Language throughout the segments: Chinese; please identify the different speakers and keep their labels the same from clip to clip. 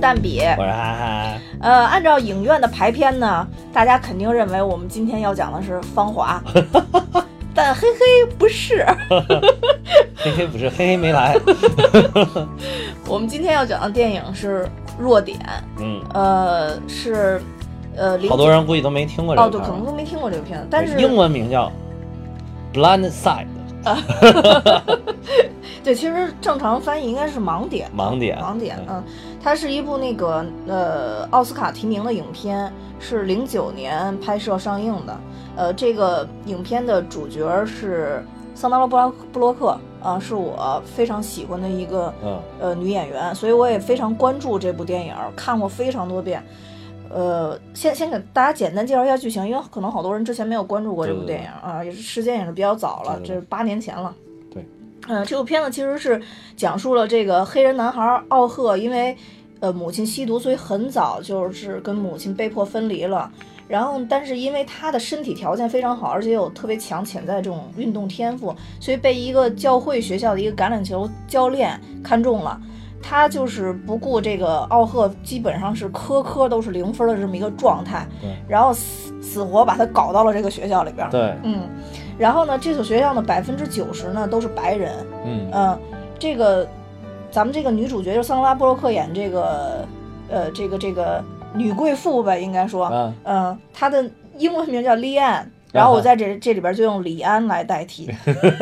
Speaker 1: 蛋比。
Speaker 2: 我说哈哈，
Speaker 1: 呃，按照影院的排片呢，大家肯定认为我们今天要讲的是《芳华》， 但嘿嘿不是，
Speaker 2: 嘿嘿不是，嘿嘿没来，
Speaker 1: 我们今天要讲的电影是《弱点》，
Speaker 2: 嗯，
Speaker 1: 呃，是呃，林
Speaker 2: 好多人估计都没听过这
Speaker 1: 哦，
Speaker 2: 个
Speaker 1: 对，可
Speaker 2: 片儿
Speaker 1: 能都没听过这个片子，但是
Speaker 2: 英文名叫 Blind Side，
Speaker 1: 对，其实正常翻译应该是盲点。
Speaker 2: 盲点，
Speaker 1: 盲点，嗯，它是一部那个呃奥斯卡提名的影片，是零九年拍摄上映的。呃，这个影片的主角是桑德拉布拉布洛克，啊、是我非常喜欢的一个
Speaker 2: 嗯，
Speaker 1: 呃女演员，所以我也非常关注这部电影，看过非常多遍。呃，先先给大家简单介绍一下剧情，因为可能好多人之前没有关注过这部电影啊，也是时间也是比较早了，
Speaker 2: 对对
Speaker 1: 这
Speaker 2: 对
Speaker 1: 是八年前了。
Speaker 2: 对，
Speaker 1: 呃，这部片子其实是讲述了这个黑人男孩奥赫，因为呃母亲吸毒，所以很早就是跟母亲被迫分离了。然后，但是因为他的身体条件非常好，而且有特别强潜在这种运动天赋，所以被一个教会学校的一个橄榄球教练看中了。他就是不顾这个奥赫基本上是科科都是零分的这么一个状态
Speaker 2: 对，
Speaker 1: 然后死死活把他搞到了这个学校里边儿。
Speaker 2: 对，
Speaker 1: 嗯，然后呢，这所学校呢，百分之九十呢都是白人。
Speaker 2: 嗯，
Speaker 1: 嗯、这个咱们这个女主角就是桑德拉·波洛克演这个，呃，这个这个女贵妇吧，应该说，
Speaker 2: 啊，
Speaker 1: 嗯，她的英文名叫莉安，然后我
Speaker 2: 啊哈
Speaker 1: 在这这里边就用李安来代替，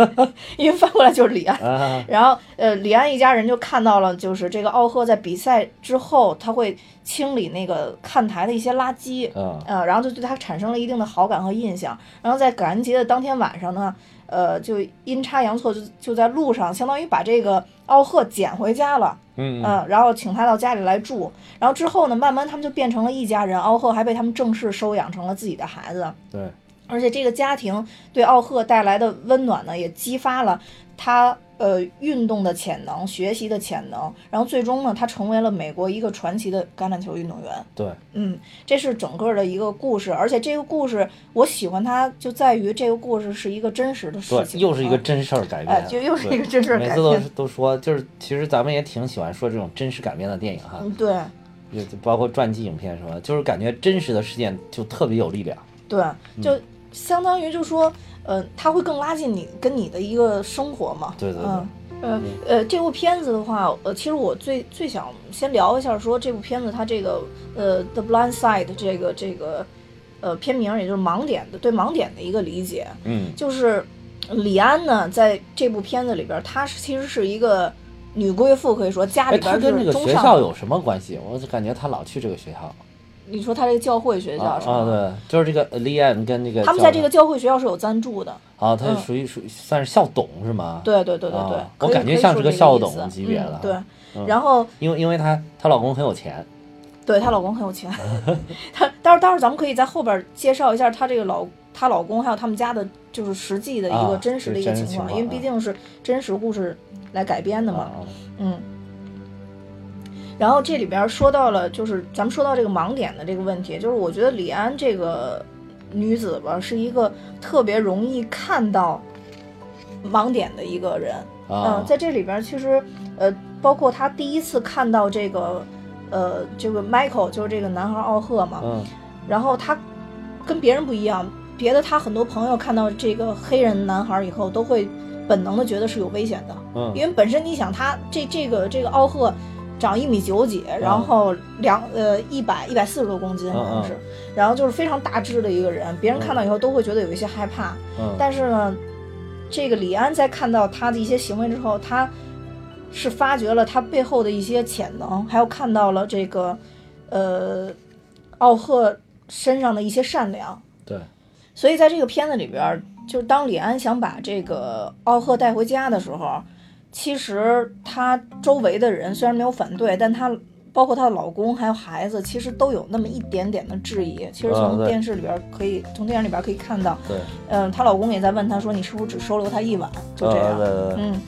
Speaker 1: 因为翻过来就是李安。
Speaker 2: 啊，
Speaker 1: 然后，呃，李安一家人就看到了，就是这个奥赫在比赛之后，他会清理那个看台的一些垃圾，
Speaker 2: 嗯，
Speaker 1: 呃，然后就对他产生了一定的好感和印象。然后在感恩节的当天晚上呢，呃，就阴差阳错就就在路上，相当于把这个奥赫捡回家了，
Speaker 2: 嗯
Speaker 1: 嗯、，然后请他到家里来住。然后之后呢，慢慢他们就变成了一家人，奥赫还被他们正式收养成了自己的孩子。
Speaker 2: 对，
Speaker 1: 而且这个家庭对奥赫带来的温暖呢，也激发了他呃运动的潜能、学习的潜能，然后最终呢，他成为了美国一个传奇的橄榄球运动员。
Speaker 2: 对，
Speaker 1: 嗯，这是整个的一个故事，而且这个故事我喜欢它就在于这个故事是一个真实的事
Speaker 2: 对，
Speaker 1: 情，
Speaker 2: 又是一个
Speaker 1: 啊
Speaker 2: 真事儿改
Speaker 1: 哎，
Speaker 2: 编，
Speaker 1: 就又是一个
Speaker 2: 对。
Speaker 1: 真事儿
Speaker 2: 每
Speaker 1: 改
Speaker 2: 次都
Speaker 1: 编。
Speaker 2: 都说，就是其实咱们也挺喜欢说这种真实改编的电影哈，
Speaker 1: 嗯，对
Speaker 2: 也包括传记影片什么的，就是感觉真实的事件就特别有力量。
Speaker 1: 对，
Speaker 2: 嗯
Speaker 1: 就相当于就说，呃，它会更拉近你跟你的一个生活嘛。
Speaker 2: 对对对
Speaker 1: 嗯呃呃，这部片子的话，呃，其实我最最想先聊一下，说这部片子它这个呃《The Blind Side》这个这个呃片名，也就是盲点的对盲点的一个理解，
Speaker 2: 嗯，
Speaker 1: 就是李安呢在这部片子里边儿，她是其实是一个女贵妇，可以说家
Speaker 2: 哎，
Speaker 1: 里边
Speaker 2: 他
Speaker 1: 儿
Speaker 2: 跟这
Speaker 1: 是
Speaker 2: 个
Speaker 1: 中
Speaker 2: 学
Speaker 1: 上。
Speaker 2: 校有什么关系？我就感觉他老去这个学校。
Speaker 1: 你说她这个教会学校
Speaker 2: 啊
Speaker 1: 是吗？
Speaker 2: 啊，对，就是这个 l i a n 跟那个
Speaker 1: 他们
Speaker 2: 教
Speaker 1: 在这个教会学校是有赞助的。
Speaker 2: 啊，他
Speaker 1: 嗯
Speaker 2: 属于属于算是校董是吗？，
Speaker 1: 对对对对对，
Speaker 2: 啊
Speaker 1: 可以
Speaker 2: 我感觉
Speaker 1: 可以
Speaker 2: 像
Speaker 1: 说
Speaker 2: 是个
Speaker 1: 这
Speaker 2: 校
Speaker 1: 意
Speaker 2: 董
Speaker 1: 思
Speaker 2: 级别
Speaker 1: 嗯
Speaker 2: 的
Speaker 1: 对，
Speaker 2: 嗯
Speaker 1: 然后
Speaker 2: 因为因为她她老公很有钱，
Speaker 1: 对她老公很有 钱，她待会儿待会儿咱们可以在后边儿介绍一下她这个老她老公还有他们家的，就是实际的一个
Speaker 2: 啊
Speaker 1: 真实的一个
Speaker 2: 是真实
Speaker 1: 情况，
Speaker 2: 情况嗯
Speaker 1: 因为毕竟是真实故事来改编的嘛，
Speaker 2: 啊
Speaker 1: 嗯。然后这里边儿说到了，就是咱们说到这个盲点的这个问题，就是我觉得李安这个女子吧，是一个特别容易看到盲点的一个人，嗯，
Speaker 2: 啊，
Speaker 1: 在这里边儿其实呃，包括他第一次看到这个呃这个 Michael 就是这个男孩奥赫嘛，
Speaker 2: 嗯
Speaker 1: 然后他跟别人不一样，别的他很多朋友看到这个黑人男孩以后都会本能的觉得是有危险的，
Speaker 2: 嗯
Speaker 1: 因为本身你想他这这个这个奥赫长一米九几，然
Speaker 2: 嗯
Speaker 1: 后两呃一百一百四十多公斤好像是，然后就是非常大只的一个人，别人看到以后都会觉得有一些害怕，
Speaker 2: 嗯，
Speaker 1: 但是呢，这个李安在看到他的一些行为之后，他是发掘了他背后的一些潜能，还有看到了这个呃奥赫身上的一些善良。
Speaker 2: 对，
Speaker 1: 所以在这个呃片子里边儿，就是当李安想把这个奥赫带回家的时候，其实他周围的人虽然没有反对，但他。包括她的老公还有孩子，其实都有那么一点点的质疑。其实
Speaker 2: 嗯
Speaker 1: 从
Speaker 2: 对
Speaker 1: 电视里边儿可以，从电影里边儿可以看到，
Speaker 2: 对，
Speaker 1: 嗯，她老公也在问她说：“你是不是只收留她一晚？”就这
Speaker 2: 啊
Speaker 1: 样。
Speaker 2: 对对对，
Speaker 1: 嗯，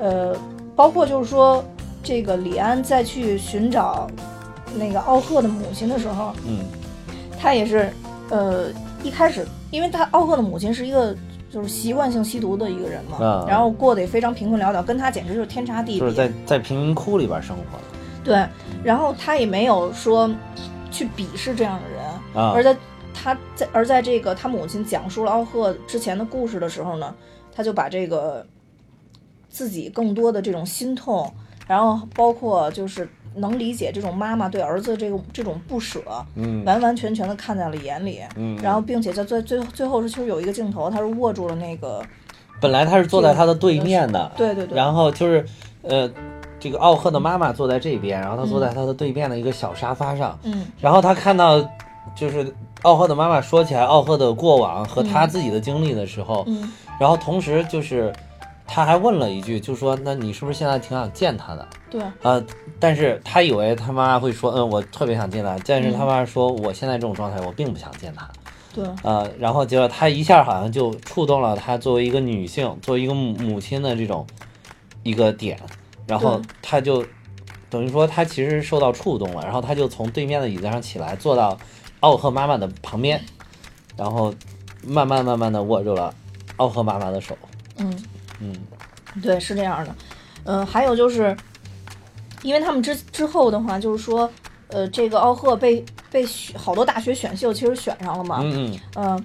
Speaker 1: 呃，包括就是说，这个李安在去寻找那个奥赫的母亲的时候，
Speaker 2: 嗯
Speaker 1: 他也是，呃，一开始，因为他奥赫的母亲是一个就是习惯性吸毒的一个人嘛，
Speaker 2: 啊
Speaker 1: 然后过得也非常贫困潦倒，跟他简直就是天差地别。
Speaker 2: 就是在在贫民窟里边生活，
Speaker 1: 对，然后他也没有说去鄙视这样的人，
Speaker 2: 啊
Speaker 1: 而在他在而在这个他母亲讲述了奥赫之前的故事的时候呢，他就把这个自己更多的这种心痛，然后包括就是能理解这种妈妈对儿子这个这种不舍，
Speaker 2: 嗯
Speaker 1: 完完全全的看在了眼里。
Speaker 2: 嗯，
Speaker 1: 然后，并且在最最最后是其实有一个镜头，他是握住了那个，
Speaker 2: 本来他是坐在他的对面的，
Speaker 1: 对对对，
Speaker 2: 然后就是，呃，这个奥赫的妈妈坐在这边，然后他坐在他的对面的一个小沙发上，
Speaker 1: 嗯
Speaker 2: 然后他看到就是奥赫的妈妈说起来奥赫的过往和他
Speaker 1: 嗯
Speaker 2: 自己的经历的时候，
Speaker 1: 嗯
Speaker 2: 然后同时就是他还问了一句，就说那你是不是现在挺想见他的？
Speaker 1: 对，
Speaker 2: 呃，但是他以为他妈妈会说，嗯，我特别想见他，但是他妈妈说，我现在这种状态，我并不想见他。
Speaker 1: 对，
Speaker 2: 呃，然后结果他一下好像就触动了他作为一个女性，作为一个母母亲的这种一个点，然后
Speaker 1: 对
Speaker 2: 他就等于说他其实受到触动了，然后他就从对面的椅子上起来，坐到奥赫妈妈的旁边，然后慢慢慢慢的握住了奥赫妈妈的手。
Speaker 1: 嗯。
Speaker 2: 嗯
Speaker 1: 对，是这样的。嗯，还有就是，因为他们之之后的话，就是说，呃，这个奥赫被被选好多大学选秀其实选上了嘛，
Speaker 2: 嗯嗯
Speaker 1: 嗯、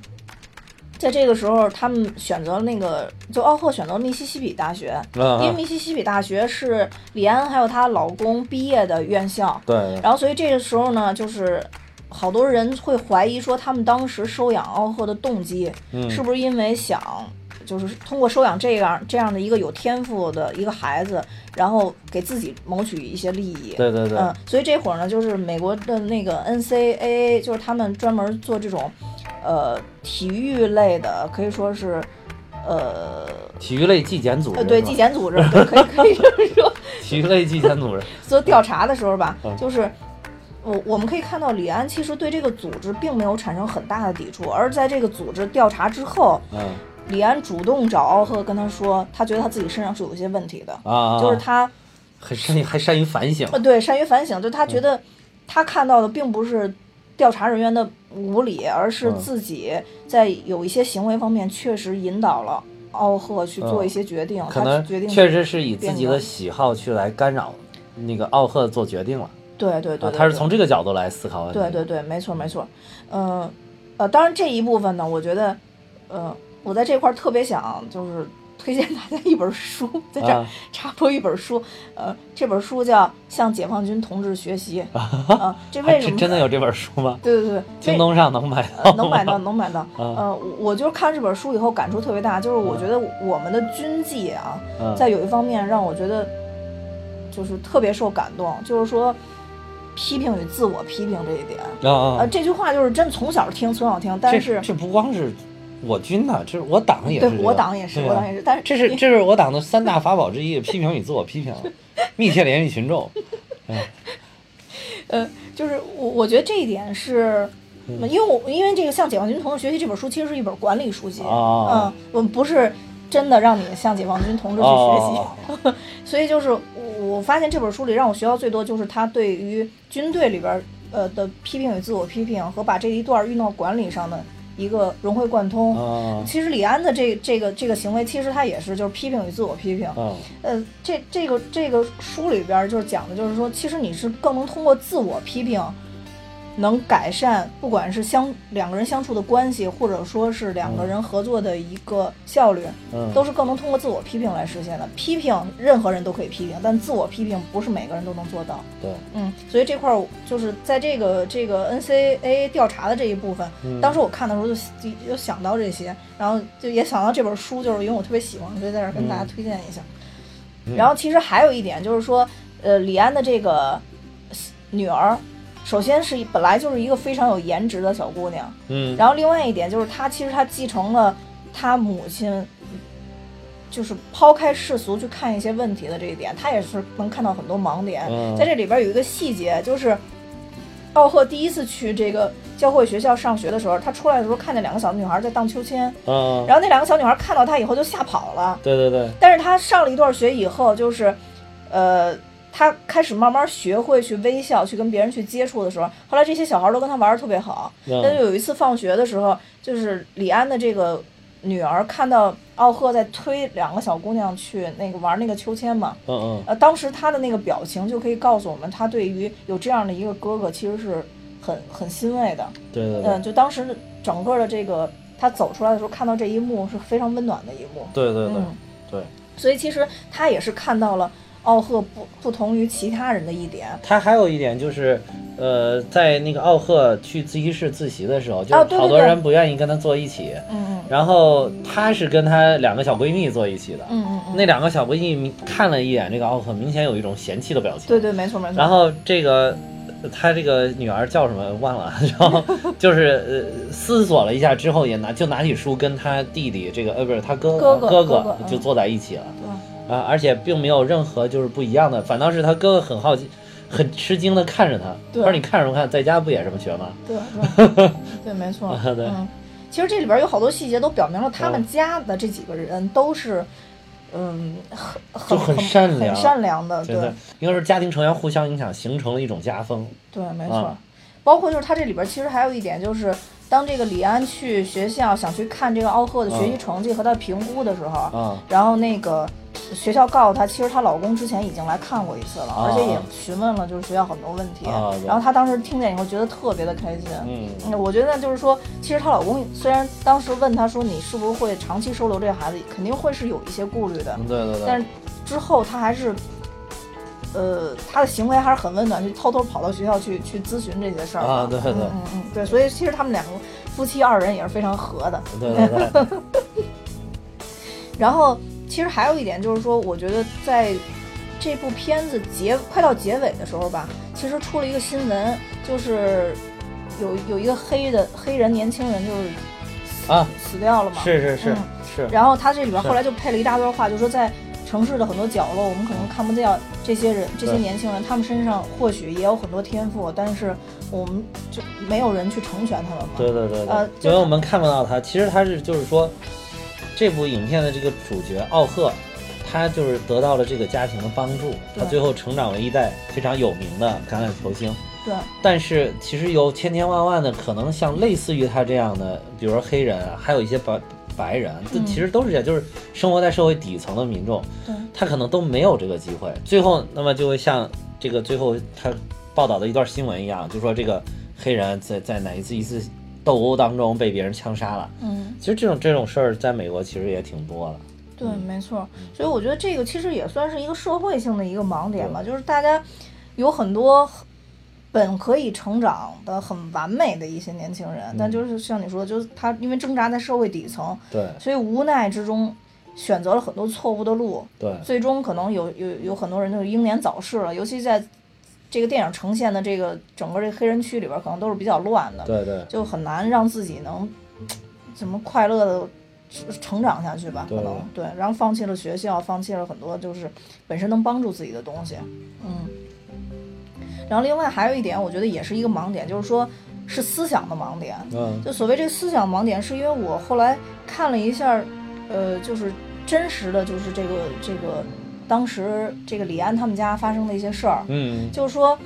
Speaker 1: 在这个时候，他们选择了那个，就奥赫选择了密西西比大学，
Speaker 2: 嗯
Speaker 1: 因为
Speaker 2: 嗯，
Speaker 1: 密西西比大学是李安还有她老公毕业的院校，
Speaker 2: 对，
Speaker 1: 然后所以这个时候呢，就是好多人会怀疑说，他们当时收养奥赫的动机，
Speaker 2: 嗯
Speaker 1: 是不是因为想就是通过收养这样这样的一个有天赋的一个孩子，然后给自己谋取一些利益？
Speaker 2: 对对对，
Speaker 1: 嗯，所以这会儿呢，就是美国的那个 NCAA，就是他们专门做这种，呃，体育类的，可以说是，呃，
Speaker 2: 体育类纪检组织
Speaker 1: 呃，
Speaker 2: 是吧，
Speaker 1: 对，纪检组织，对可以可以这么说，
Speaker 2: 体育类纪检组织，
Speaker 1: 做调查的时候吧
Speaker 2: 嗯，
Speaker 1: 就是我我们可以看到李安其实对这个组织并没有产生很大的抵触，而在这个组织调查之后，
Speaker 2: 嗯
Speaker 1: 李安主动找奥赫跟他说，他觉得他自己身上是有一些问题的，
Speaker 2: 啊，
Speaker 1: 就是他
Speaker 2: 很善于还善于反省，
Speaker 1: 呃对善于反省，就他
Speaker 2: 嗯
Speaker 1: 觉得他看到的并不是。调查人员的无理，而是
Speaker 2: 嗯
Speaker 1: 自己在有一些行为方面确实引导了奥赫去做一些决定。
Speaker 2: 嗯可
Speaker 1: 他
Speaker 2: 能
Speaker 1: 决定
Speaker 2: 确实是以自己
Speaker 1: 变
Speaker 2: 的
Speaker 1: 更
Speaker 2: 喜好去来干扰那个奥赫做决定了
Speaker 1: 对对对
Speaker 2: 啊，
Speaker 1: 对
Speaker 2: 他是
Speaker 1: 对
Speaker 2: 从这个角度来思考问题。
Speaker 1: 对对对，没错没错，嗯呃当然这一部分呢，我觉得，呃，我在这块儿特别想就是推荐大家一本书，在这儿
Speaker 2: 啊
Speaker 1: 插播一本书，呃，这本书叫《向解放军同志学习》 啊、这
Speaker 2: 还
Speaker 1: 为什
Speaker 2: 真
Speaker 1: 么？
Speaker 2: 真的有这本书吗？
Speaker 1: 对对对，
Speaker 2: 京
Speaker 1: 为
Speaker 2: 东上能买
Speaker 1: 呃
Speaker 2: 到？
Speaker 1: 能买到，能买到。
Speaker 2: 啊
Speaker 1: 呃，我我就是看这本书以后感触特别大，就是我觉得我们的军纪啊，
Speaker 2: 嗯
Speaker 1: 在有一方面让我觉得就是特别受感动，就是说批评与自我批评这一点。
Speaker 2: 啊啊
Speaker 1: 呃，！这句话就是真从小听，从小听，但
Speaker 2: 这
Speaker 1: 是
Speaker 2: 这不光是我军呐，这是我党也是
Speaker 1: 对
Speaker 2: 这样，
Speaker 1: 我党也是，
Speaker 2: 对啊
Speaker 1: 我党也是，但是
Speaker 2: 这是这是我党的三 大法宝之一：批评与自我批评，密切联系群众。
Speaker 1: 呃，就是我我觉得这一点是。
Speaker 2: 嗯
Speaker 1: 因为我因为这个向解放军同志学习这本书其实是一本管理书籍，
Speaker 2: 哦
Speaker 1: 嗯，我们不是真的让你向解放军同志去学习，
Speaker 2: 哦
Speaker 1: 所以就是我我发现这本书里让我学到最多就是他对于军队里边儿呃的批评与自我批评和把这一段儿运到管理上的一个融会贯通。
Speaker 2: 啊
Speaker 1: 其实李安的这这个这个行为，其实他也是就是批评与自我批评，
Speaker 2: 啊！
Speaker 1: 呃，这这个这个书里边儿就是讲的，就是说，其实你是更能通过自我批评，能改善不管是相两个人相处的关系，或者说是两个人合作的一个效率，
Speaker 2: 嗯
Speaker 1: 都是更能通过自我批评来实现的。批评任何人都可以批评，但自我批评不是每个人都能做到。
Speaker 2: 对，
Speaker 1: 嗯，所以这块儿就是在这个这个 NCAA 调查的这一部分，
Speaker 2: 嗯
Speaker 1: 当时我看的时候就就就想到这些，然后就也想到这本书，就是因为我特别喜欢，所以在这儿跟大家推荐一下。
Speaker 2: 嗯
Speaker 1: 然后其实还有一点就是说，呃，李安的这个女儿，首先是本来就是一个非常有颜值的小姑娘，
Speaker 2: 嗯
Speaker 1: 然后另外一点就是她其实她继承了她母亲。就是抛开世俗去看一些问题的这一点，她也是能看到很多盲点。
Speaker 2: 嗯
Speaker 1: 在这里边有一个细节，就是奥赫第一次去这个教会学校上学的时候，他出来的时候看见两个小女孩在荡秋千，
Speaker 2: 嗯，
Speaker 1: 然后那两个小女孩看到他以后就吓跑了。
Speaker 2: 对对对，
Speaker 1: 但是他上了一段学以后，就是，呃，他开始慢慢学会去微笑，去跟别人去接触的时候，后来这些小孩都跟他玩的特别好。那
Speaker 2: 嗯
Speaker 1: 就有一次放学的时候，就是李安的这个女儿看到奥赫在推两个小姑娘去那个玩那个秋千嘛，
Speaker 2: 嗯
Speaker 1: 呃，当时他的那个表情就可以告诉我们，他对于有这样的一个哥哥其实是很很欣慰的。
Speaker 2: 嗯，对对
Speaker 1: 嗯，
Speaker 2: 对
Speaker 1: 就当时整个的这个他走出来的时候，看到这一幕是非常温暖的一幕。
Speaker 2: 对对对
Speaker 1: 嗯，
Speaker 2: 对，
Speaker 1: 所以其实他也是看到了奥赫不不同于其他人的一点。
Speaker 2: 他还有一点就是，呃，在那个奥赫去自习室自习的时候，就
Speaker 1: 啊
Speaker 2: 是
Speaker 1: 对
Speaker 2: 好
Speaker 1: 对
Speaker 2: 多
Speaker 1: 对
Speaker 2: 人不愿意跟他坐一起，
Speaker 1: 嗯
Speaker 2: 然后她是跟她两个小闺蜜坐一起的，
Speaker 1: 嗯嗯嗯嗯，
Speaker 2: 那两个小闺蜜看了一眼这个奥克，明显有一种嫌弃的表情。
Speaker 1: 对对，没错没错。
Speaker 2: 然后这个呃她这个女儿叫什么忘了， 然后就是呃思索了一下之后，也拿就拿起书跟她弟弟这个呃不是她哥
Speaker 1: 哥
Speaker 2: 哥
Speaker 1: 哥
Speaker 2: 哥
Speaker 1: 哥哥嗯
Speaker 2: 就坐在一起了
Speaker 1: 对
Speaker 2: 啊，而且并没有任何就是不一样的，反倒是她哥哥很好奇。很吃惊的看着她，
Speaker 1: 对
Speaker 2: 他说：“你看什么看？在家不也这么学吗
Speaker 1: 对对 对，没错。
Speaker 2: 啊对
Speaker 1: 嗯，其实这里边有好多细节都表明了他
Speaker 2: 嗯
Speaker 1: 们家的这几个人都是，嗯，很
Speaker 2: 就
Speaker 1: 很
Speaker 2: 很
Speaker 1: 很
Speaker 2: 善良
Speaker 1: 很善良的，？”
Speaker 2: 真
Speaker 1: 对
Speaker 2: 的，应该是家庭成员互相影响，形成了一种家风。
Speaker 1: 对，没错
Speaker 2: 啊。
Speaker 1: 包括就是他这里边其实还有一点就是，当这个李安去学校想去看这个奥赫的学习
Speaker 2: 嗯
Speaker 1: 成绩和他评估的时候，
Speaker 2: 啊
Speaker 1: 然后那个学校告诉她，其实她老公之前已经来看过一次了，
Speaker 2: 啊
Speaker 1: 而且也询问了就是学校很多问题。
Speaker 2: 啊对
Speaker 1: 然后她当时听见以后觉得特别的开心。
Speaker 2: 嗯
Speaker 1: 嗯我觉得就是说，其实她老公虽然当时问她说你是不是会长期收留这个孩子，肯定会是有一些顾虑的，
Speaker 2: 嗯，对对对。
Speaker 1: 但是之后她还是，呃，她的行为还是很温暖，就偷偷跑到学校去去咨询这些事儿
Speaker 2: 啊
Speaker 1: 了
Speaker 2: 对对
Speaker 1: 嗯嗯嗯，对，所以其实他们两个夫妻二人也是非常合的。
Speaker 2: 对对对，
Speaker 1: 然后其实还有一点就是说，我觉得在这部片子结快到结尾的时候吧，其实出了一个新闻，就是有有一个黑的黑人年轻人就是
Speaker 2: 啊，
Speaker 1: 死掉了嘛。
Speaker 2: 是是是
Speaker 1: 嗯
Speaker 2: 是，
Speaker 1: 然后他这里边
Speaker 2: 是
Speaker 1: 后来就配了一大段话，就说在城市的很多角落，我们可能看不见这些人、这些
Speaker 2: 对
Speaker 1: 年轻人，他们身上或许也有很多天赋，但是我们就没有人去成全他们嘛。
Speaker 2: 对对对对，
Speaker 1: 呃就
Speaker 2: 因为我们看不到他，其实他是就是说，这部影片的这个主角奥赫，他就是得到了这个家庭的帮助，他
Speaker 1: 对
Speaker 2: 最后成长为一代非常有名的橄榄球星。
Speaker 1: 对
Speaker 2: 但是其实有千千万万的可能，像类似于他这样的，比如说黑人啊，还有一些白白人，这
Speaker 1: 嗯
Speaker 2: 其实都是这样，就是生活在社会底层的民众，
Speaker 1: 对
Speaker 2: 他可能都没有这个机会。最后，那么就会像这个最后他报道的一段新闻一样，就说这个黑人在在哪一次一次斗殴当中被别人枪杀了。
Speaker 1: 嗯。
Speaker 2: 其实这种这种事儿在美国其实也挺多的。
Speaker 1: 对，
Speaker 2: 嗯
Speaker 1: 没错儿。所以我觉得这个其实也算是一个社会性的一个盲点吧，就是大家有很多本可以成长的很完美的一些年轻人，但
Speaker 2: 嗯
Speaker 1: 就是像你说，就是他因为挣扎在社会底层，
Speaker 2: 对
Speaker 1: 所以无奈之中选择了很多错误的路，
Speaker 2: 对
Speaker 1: 最终可能有有有很多人就是英年早逝了，尤其在这个电影呈现的这个整个这个黑人区里边儿，可能都是比较乱的，
Speaker 2: 对对
Speaker 1: 就很难让自己能怎么快乐的成长下去吧，可
Speaker 2: 对
Speaker 1: 能对，然后放弃了学校，放弃了很多就是本身能帮助自己的东西，嗯。然后另外还有一点，我觉得也是一个盲点，就是说是思想的盲点。
Speaker 2: 嗯
Speaker 1: 就所谓这个思想盲点，是因为我后来看了一下儿，呃，就是真实的，就是这个这个当时这个李安他们家发生的一些事儿，
Speaker 2: 嗯
Speaker 1: 就是说，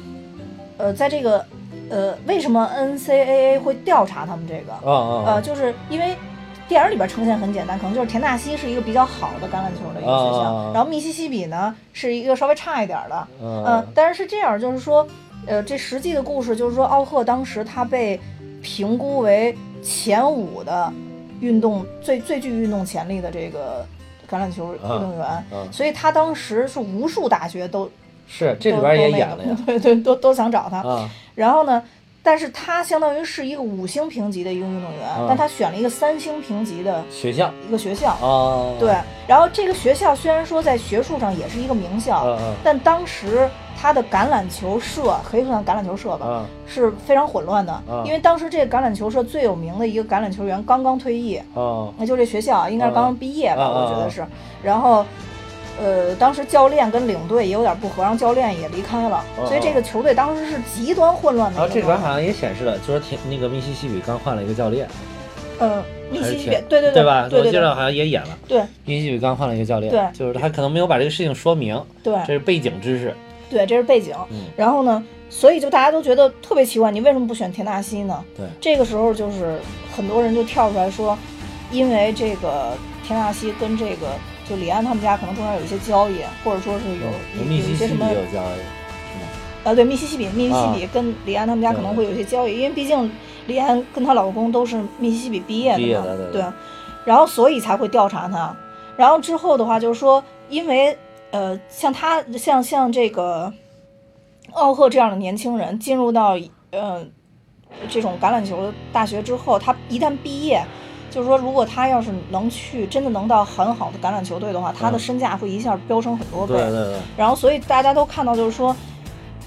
Speaker 1: 呃，在这个，呃，为什么 NCAA 会调查他们这个？
Speaker 2: 啊啊
Speaker 1: 呃，就是因为电影里边呈现很简单，可能就是田纳西是一个比较好的橄榄球的一个学校，
Speaker 2: 啊
Speaker 1: 然后密西西比呢是一个稍微差一点儿的，
Speaker 2: 嗯
Speaker 1: 呃，但是是这样，就是说，呃，这实际的故事就是说，奥赫当时他被评估为前五的运动最最具运动潜力的这个橄榄球运动员，
Speaker 2: 嗯
Speaker 1: 所以他当时是无数大学都
Speaker 2: 是这里边也演了
Speaker 1: 都
Speaker 2: 呀
Speaker 1: 都那个 对对，都都想找他。
Speaker 2: 啊
Speaker 1: 然后呢，但是他相当于是一个五星评级的一个运动员，
Speaker 2: 啊
Speaker 1: 但他选了一个三星评级的
Speaker 2: 学校
Speaker 1: 一个学校。
Speaker 2: 啊
Speaker 1: 对，然后这个学校虽然说在学术上也是一个名校，
Speaker 2: 啊
Speaker 1: 但当时他的橄榄球社可以算橄榄球社吧，
Speaker 2: 啊
Speaker 1: 是非常混乱的，
Speaker 2: 嗯
Speaker 1: 因为当时这个橄榄球社最有名的一个橄榄球员刚刚退役，
Speaker 2: 啊
Speaker 1: 那就这学校应该是刚刚毕业吧，
Speaker 2: 嗯嗯
Speaker 1: 我觉得是。然后，呃，当时教练跟领队也有点不和，然后教练也离开了，
Speaker 2: 嗯
Speaker 1: 所以这个球队当时是极端混乱的
Speaker 2: 然后
Speaker 1: 一
Speaker 2: 啊这
Speaker 1: 个
Speaker 2: 里
Speaker 1: 状
Speaker 2: 边
Speaker 1: 态。
Speaker 2: 好像也显示了，就是挺那个密西西比刚换了一个教练，
Speaker 1: 嗯，密
Speaker 2: 还是
Speaker 1: 西西
Speaker 2: 挺
Speaker 1: 比，对对
Speaker 2: 对吧？
Speaker 1: 对
Speaker 2: 我记
Speaker 1: 对
Speaker 2: 得好像也演了，
Speaker 1: 对
Speaker 2: 密西西比刚换了一个教练，
Speaker 1: 对
Speaker 2: 就是他可能没有把这个事情说明，
Speaker 1: 对
Speaker 2: 这是背景知识，
Speaker 1: 对，这是背景。
Speaker 2: 嗯
Speaker 1: 然后呢，所以就大家都觉得特别奇怪，你为什么不选田纳西呢？
Speaker 2: 对
Speaker 1: 这个时候就是很多人就跳出来说，因为这个田纳西跟这个就李安他们家可能中间有一些交易，或者说是有有
Speaker 2: 嗯密
Speaker 1: 有
Speaker 2: 西
Speaker 1: 一些
Speaker 2: 西
Speaker 1: 什
Speaker 2: 比
Speaker 1: 么
Speaker 2: 有交易，是吗？
Speaker 1: 啊，对，密西西比，密西西比跟李安他们家可能会有一些交易，因为毕竟李安跟她老公都是密西西比毕业
Speaker 2: 毕
Speaker 1: 的
Speaker 2: 业
Speaker 1: 嘛，
Speaker 2: 的对对
Speaker 1: 对，然后所以才会调查他。然后之后的话就是说，因为呃，像他像像这个奥赫这样的年轻人进入到呃这种橄榄球的大学之后，他一旦毕业。就是说，如果他要是能去，真的能到很好的橄榄球队的话，他的
Speaker 2: 嗯
Speaker 1: 身价会一下飙升很多倍。
Speaker 2: 对对对，
Speaker 1: 然后所以大家都看到，就是说，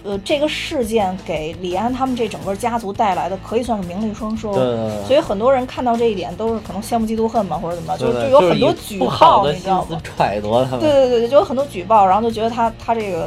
Speaker 1: 呃，这个事件给李安他们这整个家族带来的可以算是名利双收。
Speaker 2: 对对
Speaker 1: 哦所
Speaker 2: 对。
Speaker 1: 以很多人看到这一点都是可能羡慕嫉妒恨嘛，或者怎么样，
Speaker 2: 对
Speaker 1: 就
Speaker 2: 对
Speaker 1: 有
Speaker 2: 就是
Speaker 1: 很多
Speaker 2: 以
Speaker 1: 举
Speaker 2: 不好
Speaker 1: 报，
Speaker 2: 的
Speaker 1: 你知
Speaker 2: 心
Speaker 1: 道
Speaker 2: 思
Speaker 1: 吗？
Speaker 2: 揣度他
Speaker 1: 对
Speaker 2: 们，
Speaker 1: 对对对，就有很多举报，然后就觉得他他这个。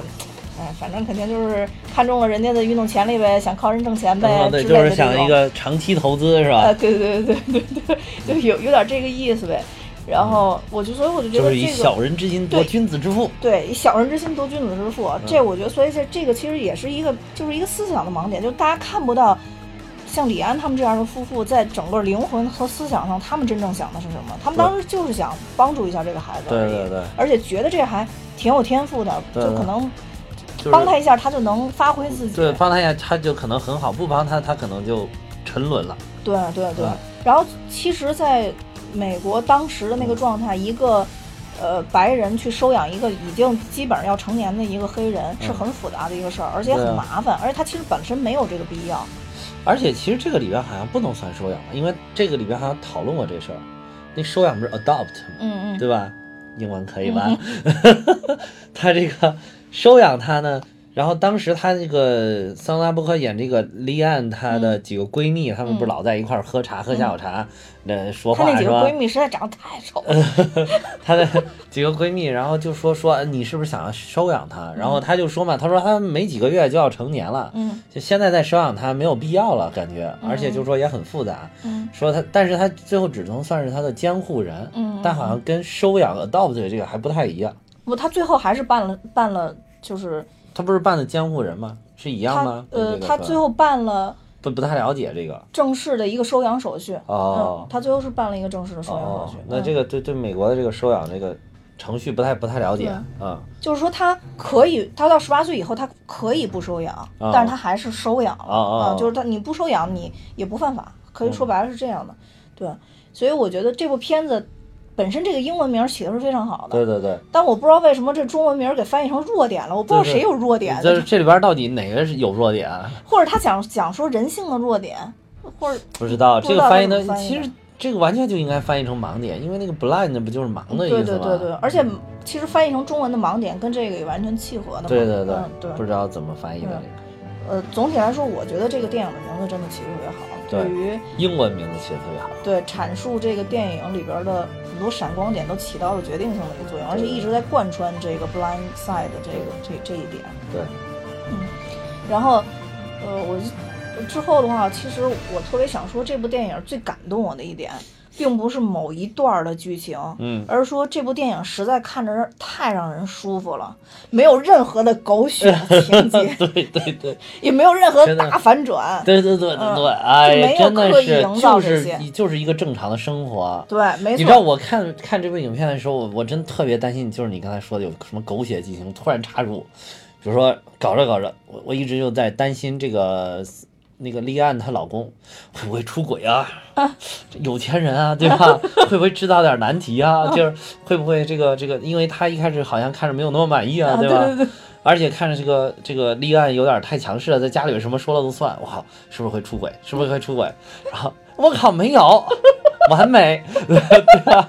Speaker 1: 哎，反正肯定就是看中了人家的运动潜力呗，想靠人挣钱
Speaker 2: 然
Speaker 1: 呗
Speaker 2: 后
Speaker 1: 之类的
Speaker 2: 对，就
Speaker 1: 这
Speaker 2: 是想
Speaker 1: 种
Speaker 2: 一个长期投资是
Speaker 1: 啊，
Speaker 2: 吧？
Speaker 1: 对对对对对对，就有有点这个意思呗。然后我就所以我就觉
Speaker 2: 就
Speaker 1: 得
Speaker 2: 是
Speaker 1: 这
Speaker 2: 以
Speaker 1: 个
Speaker 2: 小人之心夺君子之腹，
Speaker 1: 对，以小人之心度君子之
Speaker 2: 嗯
Speaker 1: 腹，这我觉得，所以这这个其实也是一个，就是一个思想的盲点，就大家看不到像李安他们这样的夫妇，在整个灵魂和思想上，他们真正想的是什么？他们当时就是想帮助一下这个孩子而
Speaker 2: 对
Speaker 1: 已，
Speaker 2: 对对，
Speaker 1: 而且觉得这还挺有天赋的，
Speaker 2: 对
Speaker 1: 就
Speaker 2: 对
Speaker 1: 可能
Speaker 2: 就是
Speaker 1: 帮他一下，他就能发挥自己。
Speaker 2: 对，帮他一下，他就可能很好；不帮他，他可能就沉沦了。
Speaker 1: 对对对
Speaker 2: 嗯
Speaker 1: 然后其实，在美国当时的那个状态，一个呃白人去收养一个已经基本上要成年的一个黑人，是很复杂的一个事儿，而且
Speaker 2: 嗯对
Speaker 1: 很
Speaker 2: 啊
Speaker 1: 麻烦，而且他其实本身没有这个必要。
Speaker 2: 而且其实这个里边好像不能算收养了，因为这个里边好像讨论过这事儿。那收养不是 adopt 吗？
Speaker 1: 嗯嗯，
Speaker 2: 对吧？英文可以吧？
Speaker 1: 嗯
Speaker 2: 他这个收养他呢，然后当时他那个桑拉波克演这个莉安，她的几个闺蜜，她、们不是老在一块儿喝茶、喝下午茶，那说
Speaker 1: 她
Speaker 2: 话
Speaker 1: 嗯那几
Speaker 2: 是
Speaker 1: 个
Speaker 2: 吧
Speaker 1: 闺？ 蜜实在长得太丑了。
Speaker 2: 她的几个闺蜜，然后就说说呃你是不是想要收养她？然后她就说嘛，她说她们没几个月就要成年了，
Speaker 1: 嗯
Speaker 2: 就现在再收养她没有必要了，感觉，而且就说也很复杂。
Speaker 1: 嗯
Speaker 2: 说他，但是他最后只能算是他的监护人，
Speaker 1: 嗯
Speaker 2: 但好像跟收养 adopt 这个还不太一样。
Speaker 1: 不，他最后还是办了办了，就是
Speaker 2: 他不是办的监护人吗？是一样
Speaker 1: 他
Speaker 2: 吗？跟
Speaker 1: 呃
Speaker 2: 这个
Speaker 1: 他
Speaker 2: 是吧
Speaker 1: 最后办了
Speaker 2: 不不太了解这个
Speaker 1: 正式的一个收养手续。
Speaker 2: 哦
Speaker 1: 嗯，他最后是办了一个正式的收养手
Speaker 2: 哦
Speaker 1: 续。，
Speaker 2: 那
Speaker 1: 嗯
Speaker 2: 这个对对美国的这个收养这个程序不太不太了解
Speaker 1: 对
Speaker 2: 啊、嗯
Speaker 1: 就是说他可以，他到十八岁以后，他可以不收养，
Speaker 2: 啊
Speaker 1: 但是他还是收养了
Speaker 2: 啊啊啊
Speaker 1: 就是他你不收养，你也不犯法，可以说白了是这
Speaker 2: 嗯
Speaker 1: 样的，对。所以我觉得这部片子本身这个英文名起的是非常好的，
Speaker 2: 对对对，
Speaker 1: 但我不知道为什么这中文名给翻译成弱点了，我不知道
Speaker 2: 对对
Speaker 1: 谁有弱点，
Speaker 2: 这这里边到底哪个是有弱点啊？
Speaker 1: 或者他讲讲说人性的弱点，或者
Speaker 2: 不知道
Speaker 1: 不
Speaker 2: 这
Speaker 1: 知
Speaker 2: 个
Speaker 1: 道
Speaker 2: 翻译
Speaker 1: 怎么
Speaker 2: 的
Speaker 1: 翻译
Speaker 2: 其
Speaker 1: 的
Speaker 2: 实这个完全就应该翻译成盲点，因为那个 blind 不就是盲的
Speaker 1: 对
Speaker 2: 意思吗？嗯
Speaker 1: 对对对，而且其实翻译成中文的盲点跟这个也完全契合的嘛，
Speaker 2: 对对对
Speaker 1: 嗯、对，
Speaker 2: 不知道怎么翻译的这个、
Speaker 1: 呃，总体来说，我觉得这个电影的名字真的起得特别好，
Speaker 2: 对
Speaker 1: 对于。
Speaker 2: 英文名字写的特别好。
Speaker 1: 对阐述这个电影里边的很多闪光点都起到了决定性的一个作用，而且一直在贯穿这个 blind side 的这个这这一点。
Speaker 2: 对，
Speaker 1: 然后，呃，我就之后的话，其实我特别想说，这部电影最感动我的一点，并不是某一段儿的剧情，
Speaker 2: 嗯，
Speaker 1: 而是说这部电影实在看着让太让人舒服了，没有任何的狗血情节，
Speaker 2: 对对对。
Speaker 1: 也没有任何
Speaker 2: 真的
Speaker 1: 大反转，
Speaker 2: 对对对对
Speaker 1: 嗯
Speaker 2: 对，哎呀，
Speaker 1: 就
Speaker 2: 真
Speaker 1: 没有
Speaker 2: 的
Speaker 1: 刻意
Speaker 2: 是
Speaker 1: 营造
Speaker 2: 就
Speaker 1: 这
Speaker 2: 是
Speaker 1: 些
Speaker 2: 一就是一个正常的生活。啊
Speaker 1: 对，没
Speaker 2: 你
Speaker 1: 错，
Speaker 2: 知道我看看这部影片的时候，我我真特别担心，就是你刚才说的有什么狗血剧情突然插入，比如说搞着搞着，我我一直就在担心这个那个莉安她老公会不会出轨啊？这有钱人啊，对 吧？会不会制造点难题啊？就是会不会这个这个，因为他一开始好像看着没有那么满意啊，
Speaker 1: 啊，对
Speaker 2: 吧？
Speaker 1: 对对，
Speaker 2: 而且看着这个这个立案有点太强势了，在家里有什么说了都算，我靠，是不是会出轨？是不是会出轨？然后我靠，没有， 完美，对吧？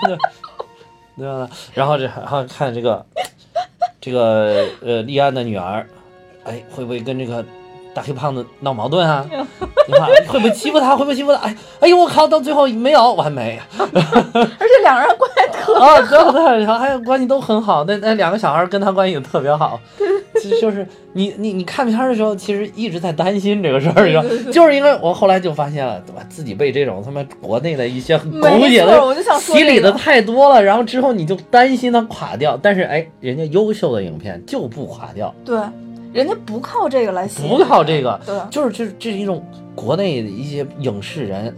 Speaker 2: 对吧？然后这然后看这个这个呃立案的女儿，哎，会不会跟这个大黑胖子闹矛盾啊？你看会不会欺负他？会不会欺负他？哎哎呦，我靠，到最后没有完美。
Speaker 1: 而且两个人关系 特
Speaker 2: 啊，对对，然后还有关系都很好，那那两个小孩跟他关系也特别好。其实就是你你你看片儿的时候，其实一直在担心这个事儿，你知
Speaker 1: 对对
Speaker 2: 道，就是因为我后来就发现了，对吧？自己被这种他妈国内的一些狗
Speaker 1: 没
Speaker 2: 血
Speaker 1: 错，
Speaker 2: 的
Speaker 1: 我就想说
Speaker 2: 洗
Speaker 1: 这
Speaker 2: 礼
Speaker 1: 个
Speaker 2: 的太多了，然后之后你就担心它垮掉，但是哎，人家优秀的影片就不垮掉，
Speaker 1: 对，人家不靠这个来吸引，
Speaker 2: 不靠这个，
Speaker 1: 对
Speaker 2: 就是这这是一种国内的一些影视人。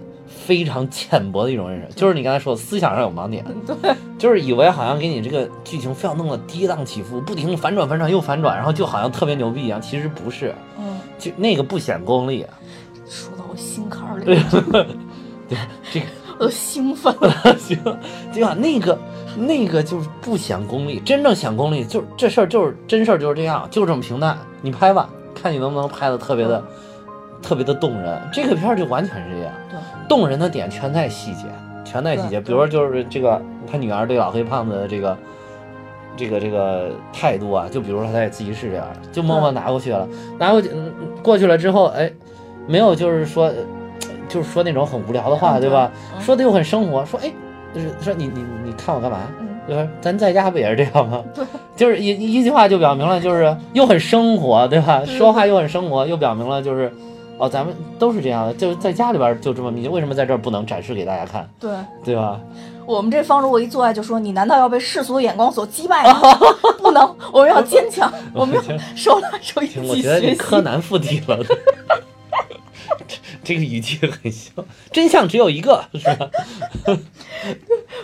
Speaker 2: 非常浅薄的一种认识，就是你刚才说的思想上有盲点，对， 就是以为好像给你这个剧情非要弄得跌宕起伏，不停的反转反转又反转，然后就好像特别牛逼一样，其实不是，
Speaker 3: 嗯，
Speaker 2: 就那个不显功力，啊
Speaker 3: 说到我心坎儿里，
Speaker 2: 这个
Speaker 3: 我都兴奋 了。
Speaker 2: 行，对吧？那个那个就是不显功力，真正显功力就是这事儿就是真事儿就是这样，就这么平淡。你拍吧，看你能不能拍的特别的、特别的动人。这个片儿就完全是这样，
Speaker 3: 对，
Speaker 2: 动人的点全在细节，全在细
Speaker 3: 对
Speaker 2: 节。比如说就是这个他女儿对老黑胖子的这个。这个这个态度啊，就比如说他也自己是这样，就默默拿过去了，拿过去嗯嗯过去了之后，哎，没有就是说，呃就是说那种很无聊的话，
Speaker 3: 嗯
Speaker 2: 对吧？
Speaker 3: 嗯
Speaker 2: 说的又很生活，说哎，就是说你你你看我干嘛？
Speaker 3: 嗯，
Speaker 2: 就是咱在家不也是这样吗？就是一一句话就表明了，就是又很生活，对吧？
Speaker 3: 嗯
Speaker 2: 说话又很生活，又表明了就是，哦，咱们都是这样的，就是在家里边就这么密切，为什么在这儿不能展示给大家看，
Speaker 3: 对
Speaker 2: 对吧？
Speaker 3: 我们这方如果一做爱就说你难道要被世俗的眼光所击败 吗？不能，我们要坚 强，我们要
Speaker 2: 觉得
Speaker 3: 手拉手一
Speaker 2: 行，我
Speaker 3: 起
Speaker 2: 觉得
Speaker 3: 学
Speaker 2: 这
Speaker 3: 习。
Speaker 2: 柯南附体了。 这个语气很像，真相只有一个，是吧？